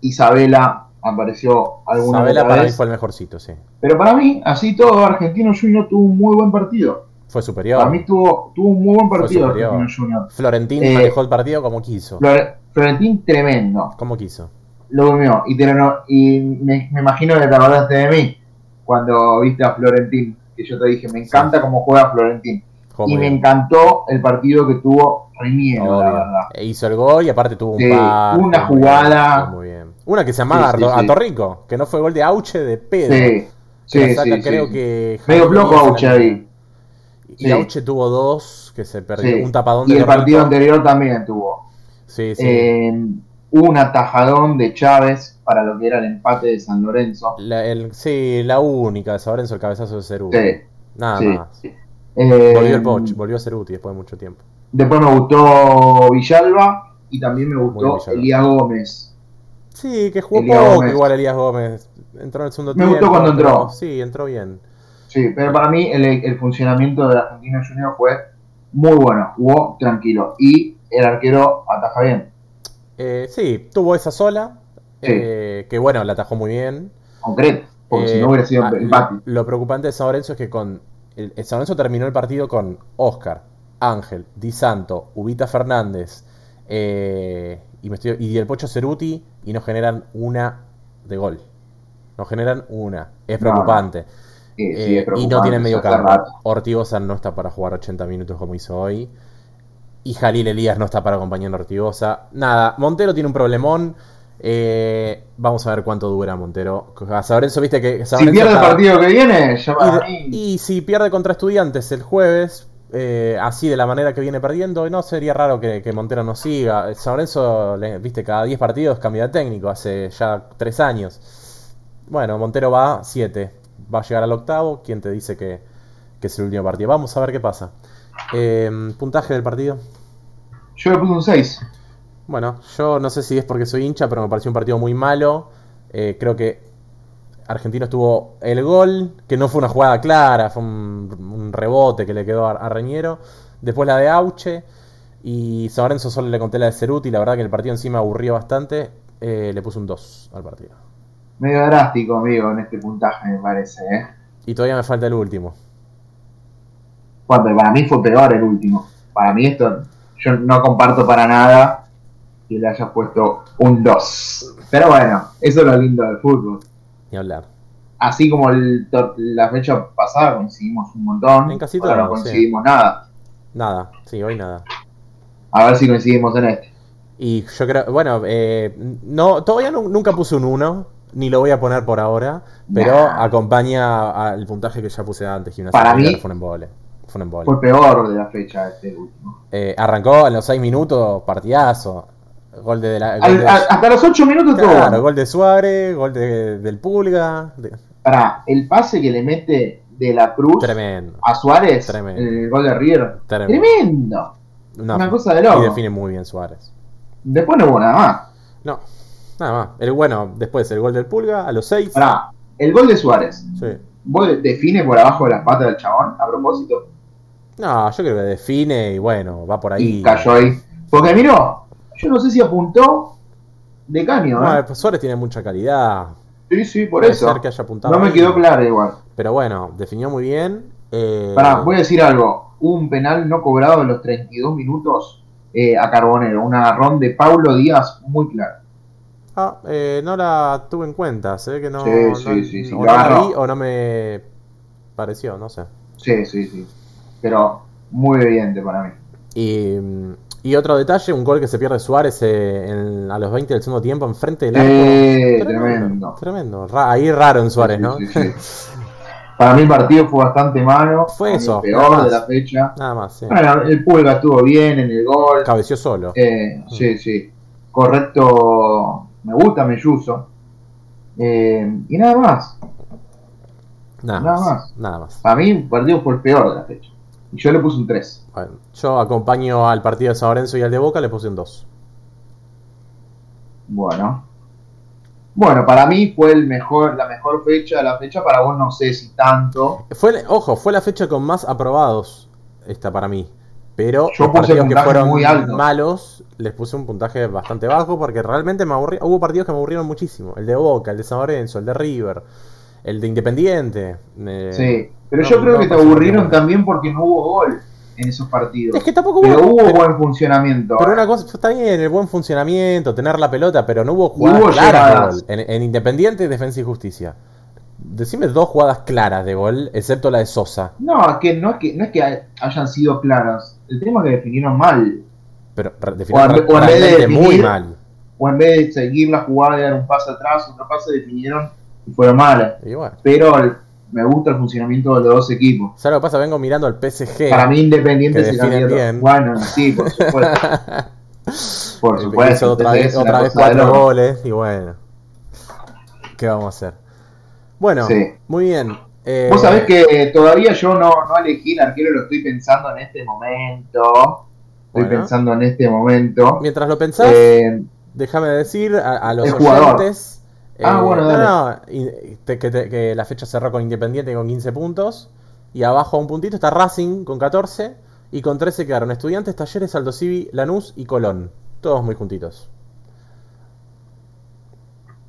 B: Isabela apareció alguna
A: Sabela
B: otra
A: para mí
B: vez.
A: fue el mejorcito, sí.
B: Pero para mí, así todo, Argentino Junior tuvo un muy buen partido.
A: Fue superior.
B: Para mí tuvo, tuvo un muy buen partido
A: superior.
B: Argentino Junior.
A: Florentín
B: Eh,
A: manejó el partido como quiso.
B: Flore- Florentín tremendo.
A: Como quiso.
B: Lo durmió. Y, te lo- y me, me imagino que te acordaste de mí cuando viste a Florentín. Que yo te dije, me encanta cómo juega Florentín.
A: Jugó
B: y
A: muy
B: me
A: bien.
B: encantó el partido que tuvo Reiniero,
A: Obvio.
B: la verdad.
A: E Hizo el gol y aparte tuvo un
B: Sí,
A: par. Fue
B: una
A: muy bien,
B: jugada.
A: fue Muy bien. Una que se amaba
B: Sí, sí,
A: a, Tor-
B: sí.
A: a Torrico, que no fue gol de Auche de pedo.
B: Sí,
A: Que la
B: sí,
A: saca,
B: sí,
A: creo
B: sí.
A: que
B: Medio
A: Jaime
B: flojo
A: Díaz en la
B: Auche
A: línea.
B: ahí.
A: Y
B: Sí.
A: Auche tuvo dos que se perdió.
B: Sí.
A: Un tapadón de
B: Y el
A: Torrico.
B: partido anterior también tuvo.
A: Sí, sí.
B: Eh, un atajadón de Chávez para lo que era el empate de San Lorenzo.
A: La, el- sí, la única de San Lorenzo, el cabezazo de Cerú.
B: Sí,
A: Nada
B: sí.
A: más.
B: Eh,
A: Volvió el Poch, volvió a Cerú después de mucho tiempo.
B: Después me gustó Villalba y también me
A: bien,
B: gustó
A: Villalba.
B: Elías Gómez.
A: Sí, que jugó Elías poco igual Elías Gómez. Entró en el segundo
B: Me gustó
A: tiempo,
B: cuando entró.
A: pero Sí, entró bien.
B: Sí, pero para mí el, el funcionamiento de Argentino Junior fue muy bueno, jugó tranquilo y el arquero ataja bien,
A: Eh, sí, tuvo esa sola.
B: Sí.
A: eh, que bueno, la atajó muy bien.
B: concreto, porque si
A: Eh,
B: no hubiera sido
A: ah,
B: empate.
A: Lo preocupante de San Lorenzo es que con. El, el San Lorenzo terminó el partido con Oscar, Ángel, Di Santo, Ubita Fernández eh, y, me estoy- y el Pocho Ceruti y no generan una de gol. No generan una. Es
B: No, no.
A: preocupante.
B: Eh, sí,
A: Eh,
B: es
A: y no
B: preocupante,
A: tienen medio
B: ya hace
A: campo.
B: rato.
A: Ortigosa no está para jugar 80 minutos como hizo hoy. Y Jalil Elías no está para acompañar a Ortigosa. Nada, Montero tiene un problemón. Eh, vamos a ver cuánto dura Montero. A Sabrenzo, viste que San
B: Si
A: Lorenzo
B: pierde el
A: está-
B: partido que viene, ya
A: y,
B: para
A: de-
B: mí.
A: y si pierde contra estudiantes el jueves, eh, así de la manera que viene perdiendo, no sería raro que, que Montero no siga. San Lorenzo, le- viste, cada 10 partidos cambia de técnico, hace ya 3 años. Bueno, Montero va 7, va a llegar al octavo, ¿quién te dice que, que es el último partido? Vamos a ver qué pasa. Eh, puntaje del partido.
B: Yo le puse un 6.
A: Bueno, yo no sé si es porque soy hincha, pero me pareció un partido muy malo. Eh, creo que Argentino estuvo el gol, que no fue una jugada clara, fue un, un rebote que le quedó a, a Reñero. Después la de Auche. Y San Lorenzo solo le conté la de Ceruti. La verdad que el partido encima aburrió bastante. Eh, le puse un 2 al partido.
B: Medio drástico, amigo, en este puntaje, me parece. ¿eh?
A: Y todavía me falta el último.
B: Cuando para mí fue peor el último. Para mí, esto yo no comparto para nada que le hayas puesto un 2. Pero bueno, eso es lo lindo del fútbol.
A: Ni hablar.
B: Así como el to- la fecha pasada coincidimos un montón,
A: En casi
B: ahora no
A: todo, sí.
B: coincidimos nada.
A: Nada. Sí, hoy nada.
B: A ver si coincidimos en este.
A: Y yo creo, bueno, eh, no, todavía nu- nunca puse un 1, ni lo voy a poner por ahora, pero
B: Nah.
A: acompaña al puntaje que ya puse antes, gimnasia.
B: Para
A: Radical,
B: mí-
A: Fue un embole. Fue un embole.
B: Fue peor de la fecha este último.
A: Eh, arrancó en los 6 minutos, partidazo. Gol de, de la. Gol
B: Al-
A: de,
B: a- hasta los 8 minutos todo.
A: claro,
B: bueno.
A: gol de Suárez, gol de- del Pulga. de-
B: Pará, el pase que le mete de la Cruz
A: tremendo.
B: a Suárez
A: Tremendo.
B: en el gol de River.
A: Tremendo.
B: Tremendo. Una cosa de loco.
A: Y define muy bien Suárez.
B: Después no hubo nada más.
A: No, nada más. El, bueno, después el gol del Pulga, a los 6.
B: Pará, el gol de Suárez.
A: Sí.
B: ¿Vos de- define por abajo de las patas del chabón a propósito?
A: No, yo creo que define y bueno, va por ahí.
B: Y cayó ahí. Porque miró, yo no sé si apuntó de caño,
A: No,
B: ¿eh?
A: eh, pues Suárez tiene mucha calidad.
B: Sí, sí, por
A: Puede
B: eso.
A: ser que haya apuntado
B: No me
A: ahí.
B: quedó claro igual.
A: Pero bueno, definió muy bien. Eh,
B: Pará, voy a decir algo. Un penal no cobrado en los 32 minutos eh, a Carbonero. Un agarrón de Paulo Díaz muy claro.
A: ah, eh, no la tuve en cuenta. Se ve que no.
B: Sí,
A: no-
B: sí, sí, sí,
A: o no
B: lo
A: la
B: agarró.
A: vi o no me pareció, no sé.
B: Sí, sí, sí. Pero muy evidente para mí.
A: Y, mm, y otro detalle: un gol que se pierde Suárez eh, en- a los 20 del segundo tiempo, enfrente del arco.
B: Eh,
A: tremendo.
B: tremendo.
A: tremendo. Ra- ahí raro en Suárez,
B: Sí,
A: ¿no?
B: sí, sí. Para mí el partido fue bastante malo.
A: Fue eso,
B: El
A: nada
B: peor de
A: más.
B: la fecha.
A: Nada más, sí.
B: Bueno, el Pulga estuvo bien en el gol.
A: Cabeció solo.
B: Eh, sí, sí. Correcto. Me gusta Melluso. Eh, y nada más.
A: nada,
B: nada
A: más.
B: más.
A: Nada más.
B: Para mí el partido fue el peor de la fecha. Y yo le puse un 3.
A: Bueno, yo acompaño al partido de San Lorenzo y al de Boca, le puse un 2.
B: Bueno. Bueno, para mí fue el mejor, la mejor fecha de la fecha. Para vos no sé si tanto.
A: Fue, ojo, fue la fecha con más aprobados esta para mí. Pero
B: Yo
A: los
B: puse
A: partidos que
B: puntajes
A: fueron
B: muy altos.
A: malos les puse un puntaje bastante bajo porque realmente me aburrí. Hubo partidos que me aburrieron muchísimo. El de Boca, el de San Lorenzo, el de River, el de Independiente. eh,
B: sí. Pero
A: no,
B: yo creo
A: no
B: que te
A: pasó
B: aburrieron
A: nada.
B: también porque no hubo gol en esos partidos.
A: Es que tampoco hubo.
B: Pero hubo
A: pero-
B: buen funcionamiento.
A: pero una cosa, está bien, el buen funcionamiento, tener la pelota, pero no hubo jugadas
B: hubo
A: claras de
B: llegadas.
A: gol. En, en Independiente, Defensa y Justicia. Decime dos jugadas claras de gol, excepto la de Sosa.
B: No, es que no es que no es que hay- hayan sido claras. El tema es que definieron mal.
A: Pero re- definieron
B: en
A: re-
B: vez- o en vez de
A: realmente muy
B: definir,
A: mal.
B: O en vez de seguir la jugada y dar un pase atrás, otro pase, definieron y fueron malas.
A: Y bueno.
B: Pero el- me gusta el funcionamiento de los dos equipos.
A: ¿Sabes lo que pasa? Vengo mirando al PSG.
B: Para mí Independiente
A: que
B: se
A: definen
B: cambió.
A: bien.
B: Bueno, sí, por supuesto. por
A: Eh,
B: supuesto.
A: hizo otra
B: entonces
A: vez,
B: es una
A: otra vez
B: cosa de
A: cuatro
B: loco.
A: goles y bueno. ¿Qué vamos a hacer? Bueno,
B: Sí.
A: muy bien. Eh,
B: Vos sabés que todavía yo no, no elegí el arquero, lo estoy pensando en este momento. Estoy
A: Bueno.
B: pensando en este momento.
A: Mientras lo pensás,
B: Eh,
A: déjame decir a, a los
B: El jugador.
A: oyentes. eh,
B: Ah, bueno,
A: no,
B: dale.
A: no, y- te- que, te- que la fecha cerró con Independiente con 15 puntos. Y abajo a un puntito está Racing con 14. Y con 13 quedaron Estudiantes, Talleres, Aldo Civi, Lanús y Colón. Todos muy juntitos.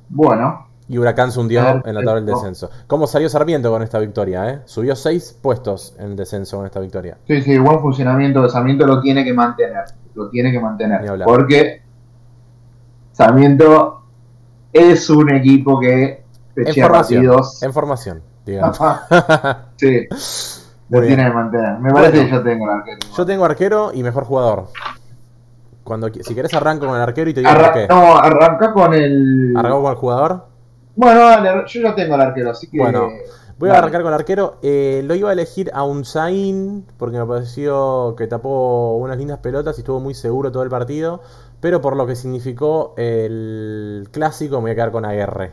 B: Bueno,
A: Y Huracán se hundió
B: Perfecto.
A: en la tabla del descenso. ¿Cómo salió Sarmiento con esta victoria? Eh? Subió 6 puestos en el descenso con esta victoria.
B: sí, sí, buen funcionamiento de Sarmiento lo tiene que mantener. Lo tiene que
A: Ni
B: mantener.
A: hablar.
B: Porque Sarmiento es un equipo que
A: En
B: fechea
A: formación.
B: partidos.
A: En formación, digamos.
B: sí,
A: Muy
B: lo
A: bien.
B: tiene que mantener. Me parece
A: Bueno.
B: que yo tengo el arquero.
A: Yo tengo arquero y mejor jugador. Cuando, qui- si querés arranco con el arquero y te digo por
B: Arran-
A: qué.
B: no, arranca con el.
A: Arranco con el jugador.
B: Bueno, dale, yo ya tengo el arquero, así que.
A: Bueno, Voy a
B: Dale.
A: arrancar con el arquero. Eh, lo iba a elegir a Unzain porque me pareció que tapó unas lindas pelotas y estuvo muy seguro todo el partido. Pero por lo que significó el clásico, me voy a quedar con Aguerre,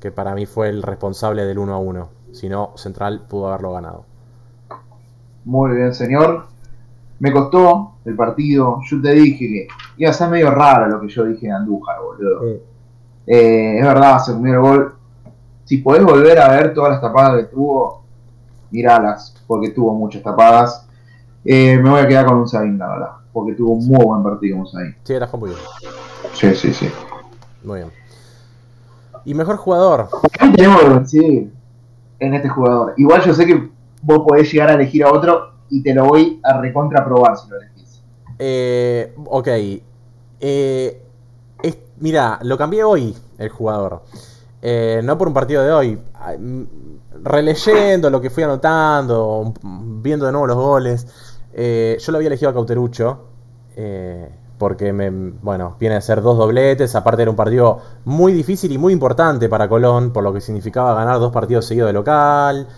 A: que para mí fue el responsable del 1 a 1. Si no, Central pudo haberlo ganado.
B: Muy bien, señor. Me costó el partido. Yo te dije que iba a ser medio raro lo que yo dije de Andújar, boludo. Eh, es verdad, se comió el gol. Si podés volver a ver todas las tapadas que tuvo, miralas, porque tuvo muchas tapadas. Eh, me voy a quedar con un Sabin, la verdad, porque tuvo un muy buen partido un Sabin.
A: Sí, era muy bien.
B: Sí, sí, sí.
A: Muy bien. Y mejor jugador.
B: ¿Qué tenemos que decir en este jugador? Igual yo sé que vos podés llegar a elegir a otro y te lo voy a recontraprobar si lo elegís.
A: Eh, ok. Eh, es- mirá, lo cambié hoy, el jugador. Eh, no por un partido de hoy. Ah, mm, Releyendo lo que fui anotando, mm, viendo de nuevo los goles. eh, yo lo había elegido a Cauterucho. eh, porque, me, bueno, viene a ser dos dobletes. Aparte, era un partido muy difícil y muy importante para Colón. Por lo que significaba ganar dos partidos seguidos de local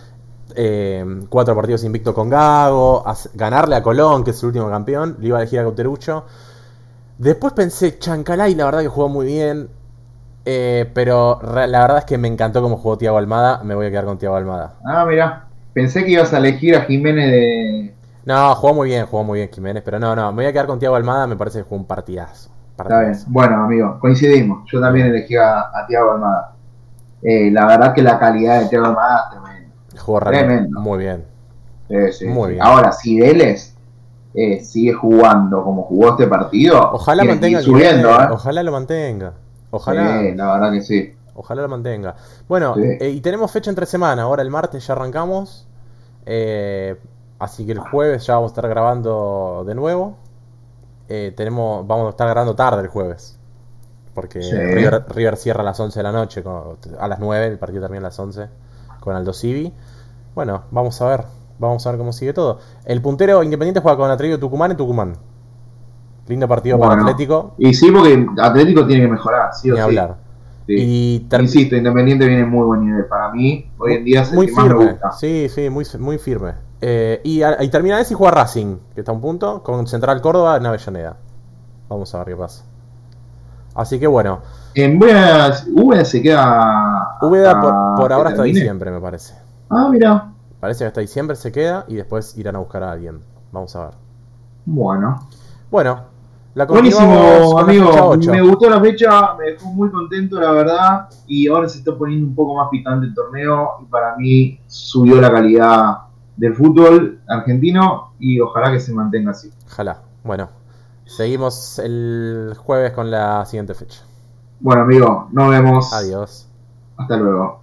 A: eh, cuatro partidos invicto con Gago, as- ganarle a Colón, que es el último campeón, le iba a elegir a Cauterucho. Después pensé, Chancalay, la verdad que jugó muy bien, eh, pero re- la verdad es que me encantó cómo jugó Tiago Almada, me voy a quedar con Tiago Almada.
B: Ah, mirá. Pensé que ibas a elegir a Jiménez de.
A: No, jugó muy bien, jugó muy bien Jiménez, pero no, no, me voy a quedar con Tiago Almada, me parece que jugó un partidazo.
B: Está bien.
A: partidazo.
B: Bueno, amigo, coincidimos. Yo también elegí a, a Tiago Armada. la verdad que la calidad de Tiago Armada es tremenda.
A: Jugó realmente
B: Tremendo.
A: muy bien.
B: Sí, sí,
A: Muy
B: sí.
A: bien.
B: Ahora, si Vélez eh, sigue jugando como jugó este partido,
A: Ojalá
B: tiene que ir
A: mantenga el
B: subiendo,
A: nivel,
B: ¿eh?
A: ojalá lo mantenga. Ojalá.
B: Sí, la verdad que sí.
A: Ojalá lo mantenga. Bueno,
B: Sí.
A: eh, y tenemos fecha entre semana. Ahora el martes ya arrancamos. Eh, así que el jueves ya vamos a estar grabando de nuevo. Eh, tenemos, vamos a estar grabando tarde el jueves. Porque
B: Sí.
A: River, River cierra a las 11 de la noche. con- a las 9, el partido termina a las 11 con Aldo Civi. Bueno, vamos a ver. Vamos a ver cómo sigue todo. El puntero independiente juega con Atrevido Tucumán en Tucumán. Lindo partido para
B: Bueno.
A: Atlético.
B: Y sí, porque Atlético tiene que mejorar, sí o
A: Ni
B: sí.
A: hablar.
B: Sí.
A: Y term-
B: Insisto, Independiente viene en muy buen nivel. Para mí, hoy en día es el
A: muy
B: que más me
A: firme.
B: gusta.
A: Sí, sí, muy, muy firme. Eh, y, a- y termina ese y juega Racing, que está a un punto, con Central Córdoba en Avellaneda. Vamos a ver qué pasa. Así que bueno,
B: En Úbeda, Úbeda se queda.
A: Úbeda
B: hasta
A: por, por
B: que
A: ahora hasta
B: termine.
A: diciembre, me parece.
B: Ah, mira.
A: Parece que hasta diciembre se queda y después irán a buscar a alguien. Vamos a ver.
B: Bueno.
A: Bueno, la continuamos
B: Buenísimo,
A: con la fecha
B: amigo.
A: ocho.
B: Me gustó la fecha, me dejó muy contento, la verdad. Y ahora se está poniendo un poco más pitante el torneo. Y para mí subió la calidad del fútbol argentino. Y ojalá que se mantenga así.
A: Ojalá. Bueno, seguimos el jueves con la siguiente fecha.
B: Bueno, amigo, nos vemos.
A: Adiós.
B: Hasta luego.